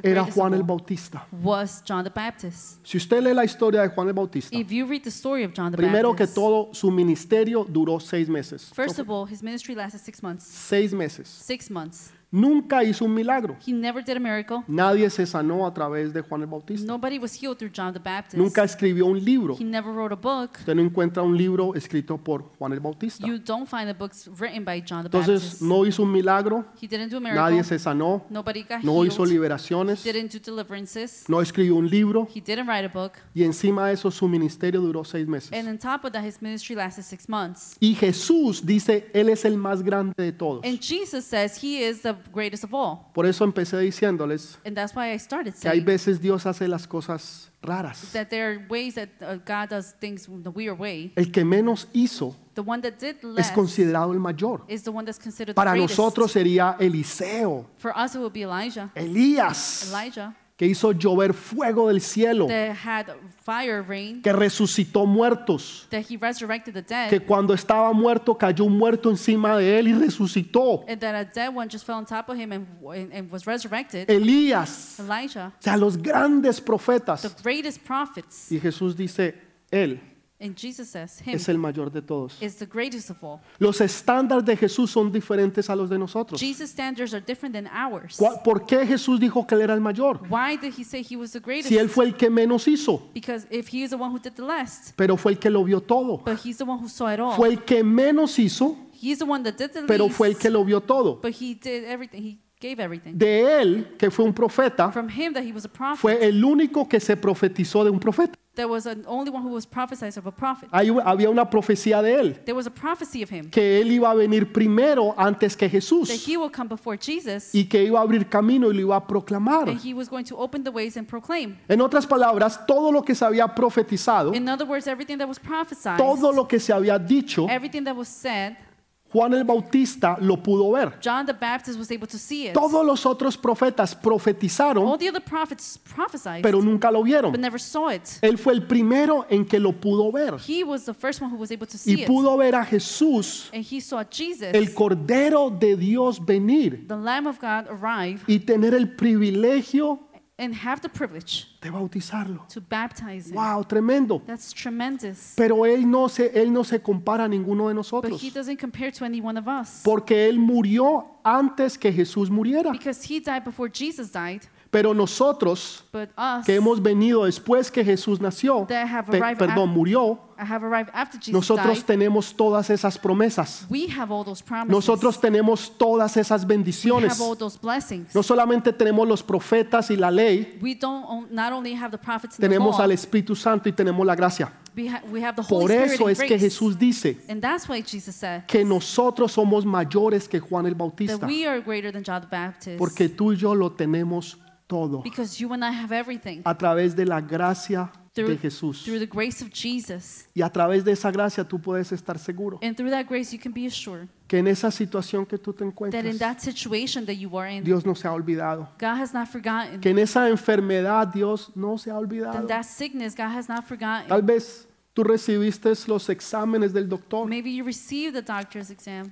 Speaker 2: the
Speaker 1: era
Speaker 2: greatest of
Speaker 1: Juan el
Speaker 2: all,
Speaker 1: Bautista.
Speaker 2: was John the Baptist.
Speaker 1: Si usted lee la historia de Juan el Bautista,
Speaker 2: If you read the story of John the
Speaker 1: primero que
Speaker 2: Baptist,
Speaker 1: todo, su ministerio duró seis meses.
Speaker 2: first of all, his ministry lasted six months.
Speaker 1: Seis meses.
Speaker 2: Six months.
Speaker 1: Nunca hizo un milagro.
Speaker 2: He never did a miracle.
Speaker 1: Nadie se sanó a través de Juan el Bautista.
Speaker 2: Nobody was healed through John the Baptist.
Speaker 1: Nunca escribió un libro.
Speaker 2: He never wrote a book.
Speaker 1: Usted no encuentra un libro escrito por Juan el Bautista.
Speaker 2: You don't find the books written by John the
Speaker 1: Entonces,
Speaker 2: Baptist.
Speaker 1: no hizo un milagro.
Speaker 2: he didn't do a miracle.
Speaker 1: Nadie se sanó.
Speaker 2: Nobody got
Speaker 1: no hizo
Speaker 2: healed.
Speaker 1: liberaciones,
Speaker 2: didn't do deliverances.
Speaker 1: no escribió un libro
Speaker 2: He didn't write a book.
Speaker 1: y encima de eso su ministerio duró seis meses.
Speaker 2: And on top of that, his ministry lasted six months.
Speaker 1: Y Jesús dice, Él es el más grande de todos.
Speaker 2: And Jesus says he is the greatest of all.
Speaker 1: Por eso empecé diciéndoles
Speaker 2: And that's why I started
Speaker 1: que hay
Speaker 2: saying
Speaker 1: veces Dios hace las cosas raras.
Speaker 2: that there are ways that uh, God does things in the weird way.
Speaker 1: El que menos hizo
Speaker 2: The one that did
Speaker 1: es
Speaker 2: less
Speaker 1: considerado el mayor.
Speaker 2: is the one that's considered
Speaker 1: Para
Speaker 2: the greatest.
Speaker 1: nosotros sería Eliseo,
Speaker 2: For us, it would be Elijah.
Speaker 1: Elías,
Speaker 2: Elijah
Speaker 1: que hizo llover fuego del cielo,
Speaker 2: that had fire rain,
Speaker 1: que resucitó muertos,
Speaker 2: that he resurrected the dead,
Speaker 1: que cuando estaba muerto cayó un muerto encima de él y resucitó.
Speaker 2: and that a dead one just fell on top of him and, and, and was resurrected.
Speaker 1: Elías,
Speaker 2: Elijah,
Speaker 1: O sea, los grandes
Speaker 2: the
Speaker 1: profetas.
Speaker 2: greatest prophets.
Speaker 1: Y Jesús dice, Él
Speaker 2: And Jesus says, him
Speaker 1: es el mayor de todos.
Speaker 2: is the greatest of all.
Speaker 1: Los estándares de Jesús son diferentes a los de nosotros.
Speaker 2: Jesus' standards are different than ours.
Speaker 1: ¿Cuál- ¿Por qué Jesús dijo que Él era el mayor?
Speaker 2: Why did he say he was the greatest?
Speaker 1: Si Él fue el que menos hizo,
Speaker 2: because if he is the one who did the last,
Speaker 1: pero fue el que lo vio todo.
Speaker 2: but he's the one who saw it all.
Speaker 1: Fue el que menos hizo,
Speaker 2: he's the one that did the
Speaker 1: pero
Speaker 2: least,
Speaker 1: fue el que lo vio todo.
Speaker 2: but he did everything. He gave everything.
Speaker 1: De Él, que fue un profeta,
Speaker 2: From him that he was a prophet,
Speaker 1: fue el único que se profetizó de un profeta.
Speaker 2: there was an only one who was prophesied of a prophet.
Speaker 1: Ahí hu- había una profecía de Él,
Speaker 2: there was a prophecy of him
Speaker 1: que Él iba a venir primero antes que
Speaker 2: that
Speaker 1: Jesús
Speaker 2: he will come before Jesus
Speaker 1: y que iba a abrir camino y lo iba a proclamar.
Speaker 2: and he was going to open the ways and proclaim.
Speaker 1: En otras palabras, todo lo que se había profetizado,
Speaker 2: In other words, everything that was prophesied,
Speaker 1: todo lo que se había dicho,
Speaker 2: everything that was said,
Speaker 1: Juan el Bautista lo pudo ver.
Speaker 2: John the Baptist was able to see it.
Speaker 1: Todos los otros profetas
Speaker 2: All
Speaker 1: profetizaron,
Speaker 2: the other prophets prophesied,
Speaker 1: pero nunca lo
Speaker 2: but
Speaker 1: vieron.
Speaker 2: never saw it.
Speaker 1: Él fue el primero en que lo pudo ver
Speaker 2: He was the first one who was able to see
Speaker 1: y
Speaker 2: it.
Speaker 1: pudo ver a Jesús,
Speaker 2: and he saw Jesus,
Speaker 1: el Cordero de Dios, venir
Speaker 2: the Lamb of God, arrive
Speaker 1: y tener el privilegio
Speaker 2: and have the privilege
Speaker 1: de bautizarlo.
Speaker 2: to baptize him.
Speaker 1: ¡Wow! Tremendo.
Speaker 2: That's tremendous.
Speaker 1: Pero él no se, él no se compara a ninguno de
Speaker 2: But
Speaker 1: nosotros.
Speaker 2: he doesn't compare to any one of us
Speaker 1: Porque él murió antes que Jesús muriera.
Speaker 2: because he died before Jesus died.
Speaker 1: Pero nosotros
Speaker 2: But us
Speaker 1: que hemos venido después que Jesús nació,
Speaker 2: that have
Speaker 1: pe-
Speaker 2: arrived
Speaker 1: perdón,
Speaker 2: af-
Speaker 1: murió,
Speaker 2: have arrived after Jesus
Speaker 1: nosotros
Speaker 2: died.
Speaker 1: tenemos todas esas promesas.
Speaker 2: We have all those promises.
Speaker 1: Nosotros tenemos todas esas
Speaker 2: we
Speaker 1: bendiciones.
Speaker 2: have all those blessings.
Speaker 1: No solamente tenemos los profetas y la ley,
Speaker 2: we don't on- not only have the prophets and the
Speaker 1: tenemos
Speaker 2: law,
Speaker 1: al Espíritu Santo y tenemos la gracia.
Speaker 2: we, ha- we have the Holy
Speaker 1: Por eso
Speaker 2: Spirit
Speaker 1: es
Speaker 2: and
Speaker 1: que
Speaker 2: grace.
Speaker 1: Jesús dice
Speaker 2: and that's why Jesus said
Speaker 1: que nosotros somos mayores que Juan el
Speaker 2: that
Speaker 1: Bautista,
Speaker 2: we are greater than John the Baptist
Speaker 1: porque tú y yo lo tenemos todo
Speaker 2: because you and I have everything
Speaker 1: a través de la gracia de
Speaker 2: through,
Speaker 1: Jesús.
Speaker 2: through the grace of Jesus.
Speaker 1: Y a través de esa gracia tú puedes estar seguro
Speaker 2: And through that grace, you can be assured
Speaker 1: que en esa situación que tú te
Speaker 2: that in
Speaker 1: encuentras,
Speaker 2: that situation that you are in,
Speaker 1: Dios no se ha olvidado.
Speaker 2: God has not forgotten.
Speaker 1: Que en esa enfermedad Dios no se ha
Speaker 2: Then
Speaker 1: olvidado.
Speaker 2: that sickness, God has
Speaker 1: Tal
Speaker 2: not forgotten.
Speaker 1: vez tú recibiste los exámenes del doctor
Speaker 2: Maybe you receive the doctor's exam,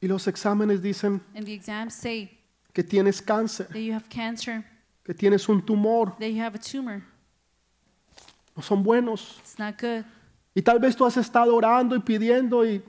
Speaker 1: y los exámenes dicen
Speaker 2: and the exams say
Speaker 1: que tienes cáncer,
Speaker 2: that you have cancer,
Speaker 1: que tienes un tumor,
Speaker 2: that you have a tumor.
Speaker 1: no son buenos.
Speaker 2: It's not good.
Speaker 1: Y tal vez tú has estado orando y pidiendo y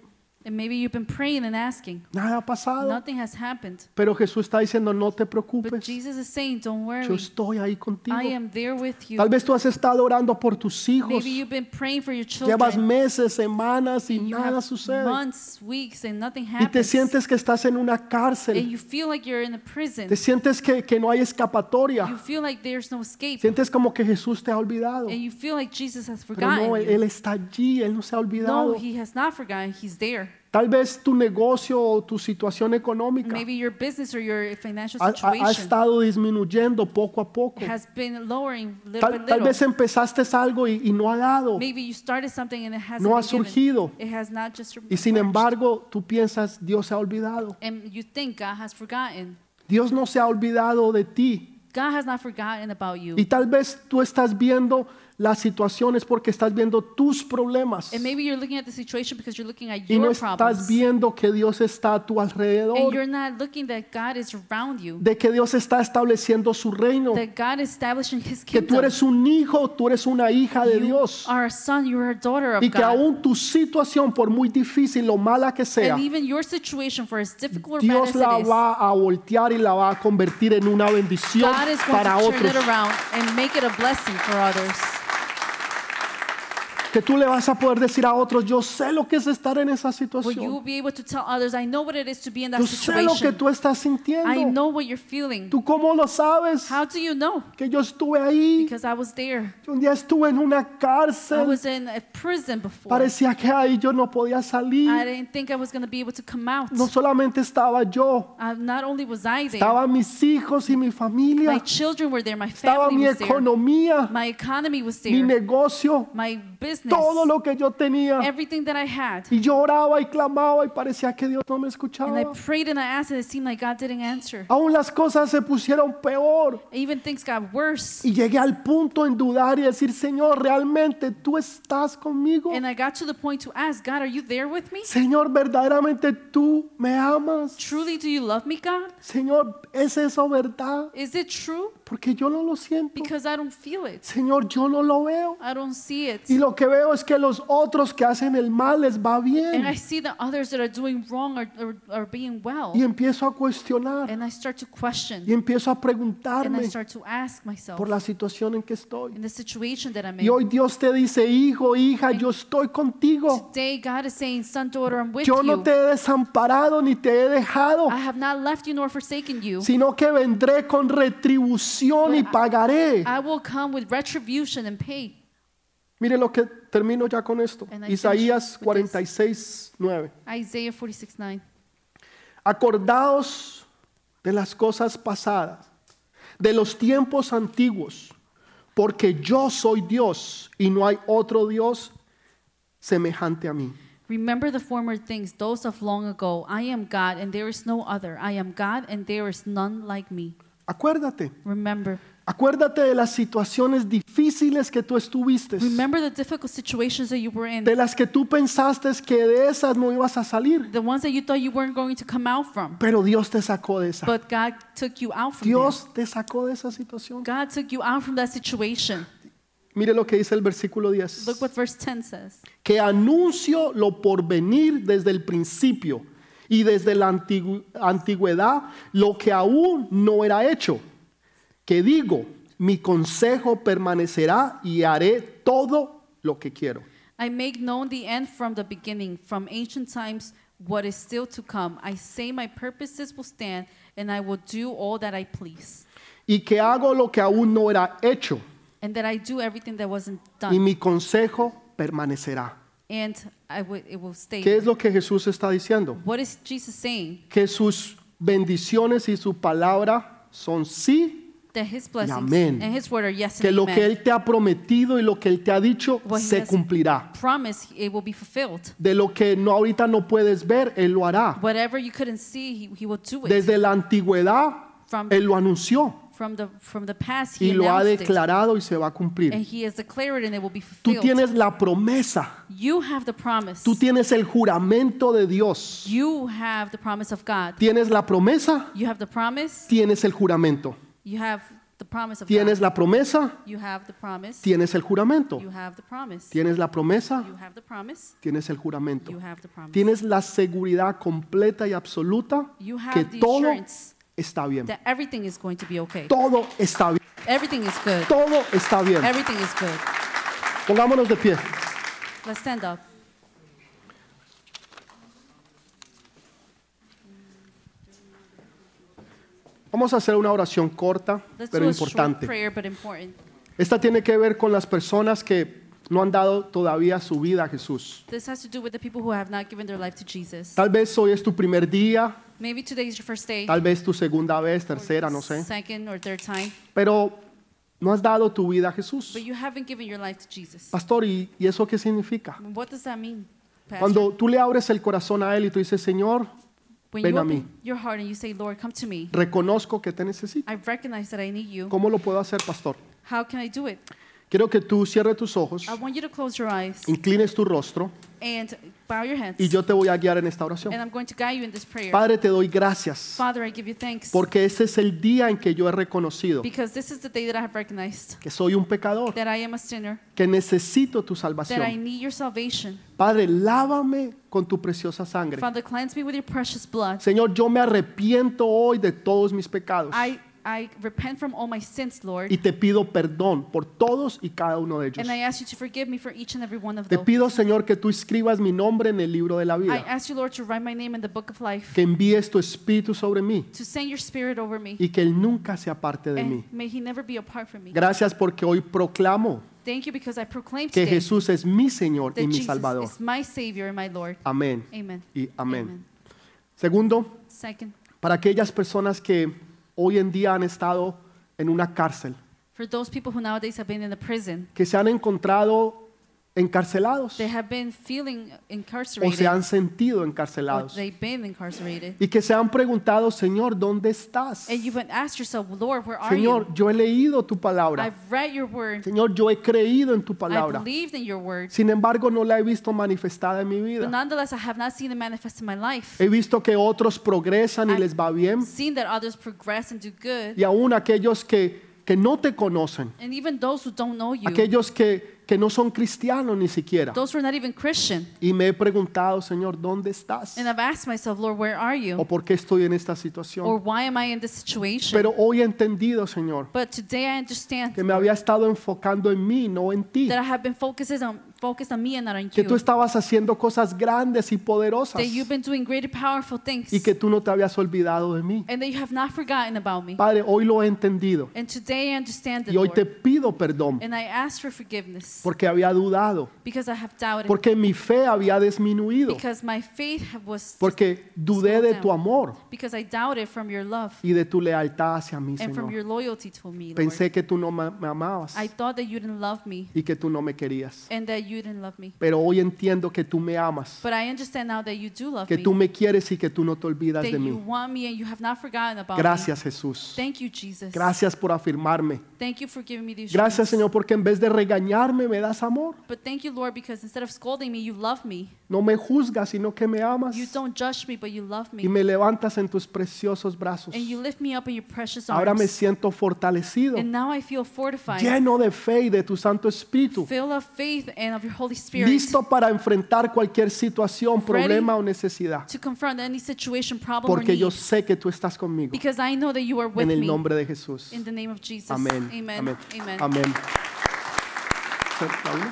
Speaker 2: And maybe you've been praying and asking.
Speaker 1: nada ha pasado.
Speaker 2: Nothing has happened.
Speaker 1: Pero Jesús está diciendo, no te
Speaker 2: But
Speaker 1: preocupes,
Speaker 2: Jesus is saying, don't
Speaker 1: yo
Speaker 2: worry.
Speaker 1: estoy ahí contigo.
Speaker 2: I am there with you.
Speaker 1: Tal vez tú has estado orando por tus hijos,
Speaker 2: Maybe you've been praying for your
Speaker 1: llevas
Speaker 2: children.
Speaker 1: meses, semanas y
Speaker 2: You
Speaker 1: nada
Speaker 2: have
Speaker 1: sucede.
Speaker 2: months, weeks, and nothing
Speaker 1: Y te
Speaker 2: happens.
Speaker 1: sientes que estás en una
Speaker 2: And
Speaker 1: cárcel,
Speaker 2: you feel like you're in a prison.
Speaker 1: te sientes que, que no hay
Speaker 2: You
Speaker 1: escapatoria,
Speaker 2: feel like there's no escape.
Speaker 1: sientes como que Jesús te ha olvidado.
Speaker 2: And you feel like Jesus has
Speaker 1: Pero no,
Speaker 2: forgotten.
Speaker 1: Él,
Speaker 2: you.
Speaker 1: Él está allí, Él no se ha
Speaker 2: No,
Speaker 1: olvidado.
Speaker 2: he has not forgotten. He's there.
Speaker 1: Tal vez tu negocio o tu situación económica
Speaker 2: Maybe your business or your financial
Speaker 1: ha, ha- ha
Speaker 2: situation
Speaker 1: estado disminuyendo poco a poco.
Speaker 2: has been lowering little by
Speaker 1: Tal, tal
Speaker 2: little.
Speaker 1: vez empezaste algo y, y no ha dado.
Speaker 2: Maybe you started something and it hasn't
Speaker 1: No ha
Speaker 2: been given.
Speaker 1: surgido.
Speaker 2: It has not just
Speaker 1: Y sin
Speaker 2: emerged.
Speaker 1: embargo, tú piensas, Dios se ha olvidado.
Speaker 2: and you think God has forgotten.
Speaker 1: Dios no se ha olvidado de ti.
Speaker 2: God has not forgotten about you.
Speaker 1: Y tal vez tú estás viendo las situaciones porque estás viendo tus problemas.
Speaker 2: and maybe you're looking at the situation because you're looking at
Speaker 1: Y no
Speaker 2: your
Speaker 1: estás
Speaker 2: problems.
Speaker 1: viendo que Dios está a tu
Speaker 2: and
Speaker 1: alrededor,
Speaker 2: you're not looking that God is around you.
Speaker 1: de que Dios está estableciendo su reino.
Speaker 2: that God is establishing his
Speaker 1: que
Speaker 2: kingdom.
Speaker 1: tú eres un hijo, tú eres una hija de
Speaker 2: you
Speaker 1: Dios
Speaker 2: are a son, you are a daughter of
Speaker 1: y que
Speaker 2: God.
Speaker 1: aún tu situación, por muy difícil o mala que sea,
Speaker 2: and even your situation, for as difficult or bad
Speaker 1: Dios
Speaker 2: as
Speaker 1: la
Speaker 2: it is,
Speaker 1: va a voltear y la va a convertir en una bendición
Speaker 2: God is going
Speaker 1: para
Speaker 2: to turn
Speaker 1: otros.
Speaker 2: it around and make it a blessing for others.
Speaker 1: Que tú le vas a poder decir a otros, yo sé lo que es estar en esa
Speaker 2: Where you will
Speaker 1: situación,
Speaker 2: be able to tell others, I know what it is to be in that
Speaker 1: yo sé lo que
Speaker 2: situation.
Speaker 1: tú estás
Speaker 2: I
Speaker 1: sintiendo.
Speaker 2: know what you're feeling.
Speaker 1: ¿Tú cómo lo sabes?
Speaker 2: How do you know?
Speaker 1: Que yo estuve ahí,
Speaker 2: Because I was there.
Speaker 1: que un día estuve en una
Speaker 2: I
Speaker 1: cárcel,
Speaker 2: was in a prison before.
Speaker 1: parecía que ahí yo no podía
Speaker 2: I
Speaker 1: salir.
Speaker 2: didn't think I was going to be able to come out.
Speaker 1: No solamente estaba yo,
Speaker 2: I, not only was I there,
Speaker 1: Estaban mis hijos y mi
Speaker 2: my
Speaker 1: familia.
Speaker 2: children were there, my
Speaker 1: Estaba
Speaker 2: family
Speaker 1: mi
Speaker 2: was there,
Speaker 1: economía,
Speaker 2: my economy was
Speaker 1: mi
Speaker 2: there,
Speaker 1: negocio,
Speaker 2: my business,
Speaker 1: todo lo que yo tenía.
Speaker 2: everything that I had.
Speaker 1: Y yo oraba y clamaba y parecía que Dios no me
Speaker 2: And I
Speaker 1: escuchaba.
Speaker 2: prayed and I asked, and it seemed like God didn't answer.
Speaker 1: Aún las cosas se pusieron peor.
Speaker 2: Even things got worse.
Speaker 1: Y llegué al punto en dudar y decir, Señor, realmente tú estás conmigo.
Speaker 2: And I got to the point to ask, God, are you there with me?
Speaker 1: Señor, verdaderamente tú me amas.
Speaker 2: Truly, do you love me, God?
Speaker 1: Señor, ¿es eso verdad?
Speaker 2: Is it true?
Speaker 1: Porque yo no lo siento.
Speaker 2: Because I don't feel it.
Speaker 1: Señor, yo no lo veo.
Speaker 2: I don't see it.
Speaker 1: Y lo que veo es que los otros que hacen el mal les va bien.
Speaker 2: And I see that others that are doing wrong are, are, are being well.
Speaker 1: Y empiezo a cuestionar
Speaker 2: And I start to
Speaker 1: y
Speaker 2: question.
Speaker 1: empiezo a
Speaker 2: And I
Speaker 1: preguntarme
Speaker 2: start to ask myself
Speaker 1: por la situación en que estoy.
Speaker 2: in the situation that I'm
Speaker 1: Y hoy
Speaker 2: in.
Speaker 1: Dios te dice, hijo, hija, yo estoy contigo.
Speaker 2: Today, God is saying, Son, daughter, I'm with
Speaker 1: Yo no
Speaker 2: you.
Speaker 1: te he desamparado ni te he dejado,
Speaker 2: I have not left you nor forsaken you.
Speaker 1: sino que vendré con retribución y pagaré.
Speaker 2: I will come with retribution and pay.
Speaker 1: Mire lo que termino ya con esto.
Speaker 2: And I
Speaker 1: Isaías
Speaker 2: finish with this.
Speaker 1: 46, 9.
Speaker 2: Isaiah 46 9.
Speaker 1: Acordaos de las cosas pasadas, de los tiempos antiguos, porque yo soy Dios y no hay otro Dios semejante a mí.
Speaker 2: Remember the former things, those of long ago. I am God, and there is no other. I am God, and there is none like me.
Speaker 1: Acuérdate
Speaker 2: Remember,
Speaker 1: Acuérdate de las situaciones difíciles que tú estuviste,
Speaker 2: Remember the difficult situations that you were in,
Speaker 1: de las que tú pensaste que de esas no ibas a salir,
Speaker 2: the ones that you thought you weren't going to come out from.
Speaker 1: pero Dios te sacó de esa.
Speaker 2: But God took you out from
Speaker 1: Dios te sacó de esa situación.
Speaker 2: there. God took you out from that situation.
Speaker 1: Mire lo que dice el versículo 10.
Speaker 2: Look what verse 10 says.
Speaker 1: que anuncio lo porvenir desde el principio y desde la antigu- antigüedad lo que aún no era hecho. Que digo, mi consejo permanecerá y haré todo lo que quiero.
Speaker 2: I make known the end from the beginning, from ancient times, what is still to come. I say my purposes will stand, and I will do all that I please,
Speaker 1: Y que hago lo que aún no era hecho
Speaker 2: and that I do everything that wasn't
Speaker 1: y
Speaker 2: done,
Speaker 1: mi consejo permanecerá.
Speaker 2: and I will, it will stay.
Speaker 1: ¿Qué es lo que Jesús está diciendo?
Speaker 2: What is Jesus saying?
Speaker 1: Que sus bendiciones y su palabra son sí,
Speaker 2: That his blessings
Speaker 1: amén.
Speaker 2: and his word are yes
Speaker 1: que
Speaker 2: and
Speaker 1: lo
Speaker 2: amen.
Speaker 1: que Él te ha prometido y lo que Él te ha dicho
Speaker 2: What he
Speaker 1: se
Speaker 2: has
Speaker 1: cumplirá.
Speaker 2: promised, it will be fulfilled.
Speaker 1: De lo que no ahorita no puedes ver, él lo hará.
Speaker 2: Whatever you couldn't see, he, he will do it.
Speaker 1: Desde la antigüedad
Speaker 2: From-
Speaker 1: él lo anunció
Speaker 2: from the from the past, he
Speaker 1: y lo ha
Speaker 2: announced it,
Speaker 1: declarado y se va a
Speaker 2: and
Speaker 1: cumplir.
Speaker 2: he has declared it, and it will be
Speaker 1: Tú
Speaker 2: fulfilled.
Speaker 1: tienes la promesa,
Speaker 2: you have the promise.
Speaker 1: tú tienes el juramento de Dios.
Speaker 2: You have the promise of God.
Speaker 1: Tienes la promesa,
Speaker 2: You have the promise.
Speaker 1: tienes el juramento.
Speaker 2: You have the promise of
Speaker 1: Tienes
Speaker 2: God.
Speaker 1: la promesa,
Speaker 2: You have the promise.
Speaker 1: tienes el juramento.
Speaker 2: You have the promise.
Speaker 1: Tienes la promesa,
Speaker 2: You have the promise.
Speaker 1: tienes el juramento.
Speaker 2: You have the promise.
Speaker 1: Tienes la seguridad completa y absoluta
Speaker 2: You have
Speaker 1: que
Speaker 2: the
Speaker 1: todo
Speaker 2: assurance
Speaker 1: está bien.
Speaker 2: That everything is going to be okay.
Speaker 1: Todo está bien.
Speaker 2: Everything is good.
Speaker 1: Todo está bien.
Speaker 2: Everything is good.
Speaker 1: Pongámonos de pie.
Speaker 2: Let's stand up.
Speaker 1: Vamos a hacer una oración corta,
Speaker 2: Let's
Speaker 1: pero
Speaker 2: do a short
Speaker 1: importante.
Speaker 2: prayer, but important.
Speaker 1: Esta tiene que ver con las personas que no han dado todavía su vida a Jesús.
Speaker 2: This has to do with the people who have not given their life to Jesus.
Speaker 1: Tal vez hoy es tu primer día,
Speaker 2: Maybe today is your first day,
Speaker 1: tal vez tu segunda vez, tercera, no sé.
Speaker 2: second or third time,
Speaker 1: Pero no has dado tu vida a Jesús.
Speaker 2: but you haven't given your life to Jesus.
Speaker 1: Pastor, ¿y, y eso qué significa?
Speaker 2: What does that mean, Pastor?
Speaker 1: Cuando tú le abres el corazón a Él y tú dices, Señor,
Speaker 2: When
Speaker 1: Ven
Speaker 2: you
Speaker 1: a
Speaker 2: open
Speaker 1: mí.
Speaker 2: your heart and you say, Lord, come to me,
Speaker 1: reconozco que te necesito.
Speaker 2: I recognize that I need you.
Speaker 1: ¿Cómo lo puedo hacer, pastor?
Speaker 2: How can I do it?
Speaker 1: Quiero que tú cierres tus ojos,
Speaker 2: I want you to close your eyes
Speaker 1: inclines tu rostro
Speaker 2: and bow your heads.
Speaker 1: y yo te voy a guiar en esta oración.
Speaker 2: And I'm going to guide you in this prayer.
Speaker 1: Padre, te doy gracias
Speaker 2: Father, I give you thanks
Speaker 1: Porque ese es el día en que yo he reconocido
Speaker 2: because this is the day that I have recognized
Speaker 1: que soy un pecador,
Speaker 2: that I am a sinner,
Speaker 1: que necesito tu
Speaker 2: that I
Speaker 1: salvación.
Speaker 2: need your salvation.
Speaker 1: Padre, lávame con tu preciosa sangre.
Speaker 2: Father, cleanse me with your precious blood.
Speaker 1: Señor, yo me arrepiento hoy de todos mis pecados
Speaker 2: I, I repent from all my sins,
Speaker 1: y
Speaker 2: Lord,
Speaker 1: te pido perdón por todos y cada uno de ellos.
Speaker 2: and I ask you to forgive me for each and every one of
Speaker 1: Te
Speaker 2: them.
Speaker 1: pido, Señor, que tú escribas mi nombre en el libro de la
Speaker 2: I
Speaker 1: vida,
Speaker 2: ask you, Lord, to write my name in the book of life,
Speaker 1: que envíes tu espíritu sobre mí
Speaker 2: to send your spirit over me,
Speaker 1: y que Él nunca se aparte de mí.
Speaker 2: and may he never be apart from me.
Speaker 1: Gracias porque hoy proclamo
Speaker 2: Thank you because I proclaim
Speaker 1: que
Speaker 2: today
Speaker 1: Jesús es mi Señor y
Speaker 2: that
Speaker 1: mi
Speaker 2: Jesus
Speaker 1: Salvador.
Speaker 2: is my Savior and my Lord.
Speaker 1: Amén
Speaker 2: Amen.
Speaker 1: y amén. Segundo,
Speaker 2: Second,
Speaker 1: para aquellas personas que hoy en día han estado en una cárcel,
Speaker 2: for those people who nowadays have been in the prison,
Speaker 1: que se han encontrado encarcelados
Speaker 2: they have been feeling
Speaker 1: o
Speaker 2: incarcerated,
Speaker 1: se han sentido
Speaker 2: or
Speaker 1: encarcelados
Speaker 2: they've been incarcerated,
Speaker 1: y que se han preguntado, Señor, ¿dónde estás?
Speaker 2: and you've asked yourself, Lord, where are
Speaker 1: Señor,
Speaker 2: you?
Speaker 1: yo he leído tu palabra.
Speaker 2: I've read your word.
Speaker 1: Señor, yo he creído en tu
Speaker 2: I
Speaker 1: palabra.
Speaker 2: believed in your word.
Speaker 1: Sin embargo, no la he visto manifestada en mi
Speaker 2: But
Speaker 1: vida.
Speaker 2: nonetheless, I have not seen it manifest in my life.
Speaker 1: He visto que otros progresan y
Speaker 2: I've
Speaker 1: les va bien
Speaker 2: Seen that others progress and do good,
Speaker 1: y aún aquellos que, que no te conocen,
Speaker 2: and even those who don't know you,
Speaker 1: aquellos que, que no son cristianos ni siquiera.
Speaker 2: those who are not even Christian.
Speaker 1: Y me he preguntado, Señor, ¿dónde estás?
Speaker 2: And I've asked myself, Lord, where are
Speaker 1: ¿O
Speaker 2: you?
Speaker 1: por qué estoy en esta
Speaker 2: Or
Speaker 1: situación?
Speaker 2: why am I in this situation?
Speaker 1: Pero hoy he entendido, Señor,
Speaker 2: But today I understand
Speaker 1: que me había estado enfocando en mí, no en ti.
Speaker 2: that I have been focused on, focused on me and not on
Speaker 1: Que tú
Speaker 2: you.
Speaker 1: estabas haciendo cosas grandes y poderosas
Speaker 2: That you've been doing great and powerful things.
Speaker 1: y que tú no te habías olvidado de mí.
Speaker 2: And that you have not forgotten about me.
Speaker 1: Padre, hoy lo he entendido
Speaker 2: And today I understand it,
Speaker 1: y hoy te
Speaker 2: Lord.
Speaker 1: pido perdón
Speaker 2: And I ask for forgiveness doubts,
Speaker 1: porque había dudado,
Speaker 2: because I have doubted,
Speaker 1: porque mi fe había disminuido,
Speaker 2: because my faith ha- was,
Speaker 1: porque dudé de tu amor
Speaker 2: because I doubted from your love
Speaker 1: y de tu lealtad hacia mí,
Speaker 2: and from
Speaker 1: Señor.
Speaker 2: your loyalty to me, Lord.
Speaker 1: Pensé que tú no ma- me amabas
Speaker 2: I thought that you didn't love me
Speaker 1: y que tú no me querías,
Speaker 2: and that you didn't love me.
Speaker 1: pero hoy entiendo que tú me amas,
Speaker 2: But I understand now that you do love
Speaker 1: que
Speaker 2: me,
Speaker 1: tú me quieres y que tú no te olvidas
Speaker 2: that
Speaker 1: de
Speaker 2: you
Speaker 1: mí.
Speaker 2: want me and you have not forgotten about me.
Speaker 1: Gracias, Jesús.
Speaker 2: Thank you, Jesus.
Speaker 1: Gracias por afirmarme.
Speaker 2: Thank you for giving me these
Speaker 1: Gracias, Señor, porque en vez de regañarme me das amor.
Speaker 2: But thank you, Lord, because instead of scolding me, you love me.
Speaker 1: No me juzgas, sino que me amas
Speaker 2: You don't judge me, but you love me.
Speaker 1: y me levantas en tus preciosos brazos.
Speaker 2: And you lift me up in your precious
Speaker 1: Ahora me
Speaker 2: arms.
Speaker 1: siento fortalecido,
Speaker 2: And now I feel fortified,
Speaker 1: lleno de fe y de tu Santo Espíritu,
Speaker 2: filled of faith and of your Holy Spirit,
Speaker 1: listo para enfrentar cualquier situación, problema o necesidad,
Speaker 2: to confront any situation, problem, or
Speaker 1: porque
Speaker 2: need.
Speaker 1: yo sé que tú estás conmigo.
Speaker 2: Because I know that you are with
Speaker 1: En el
Speaker 2: me.
Speaker 1: nombre de Jesús.
Speaker 2: In the name of Jesus.
Speaker 1: Amén.
Speaker 2: Amen.
Speaker 1: Amén.
Speaker 2: Amen.
Speaker 1: Amén. ¿Está bien?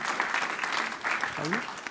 Speaker 1: ¿Está bien?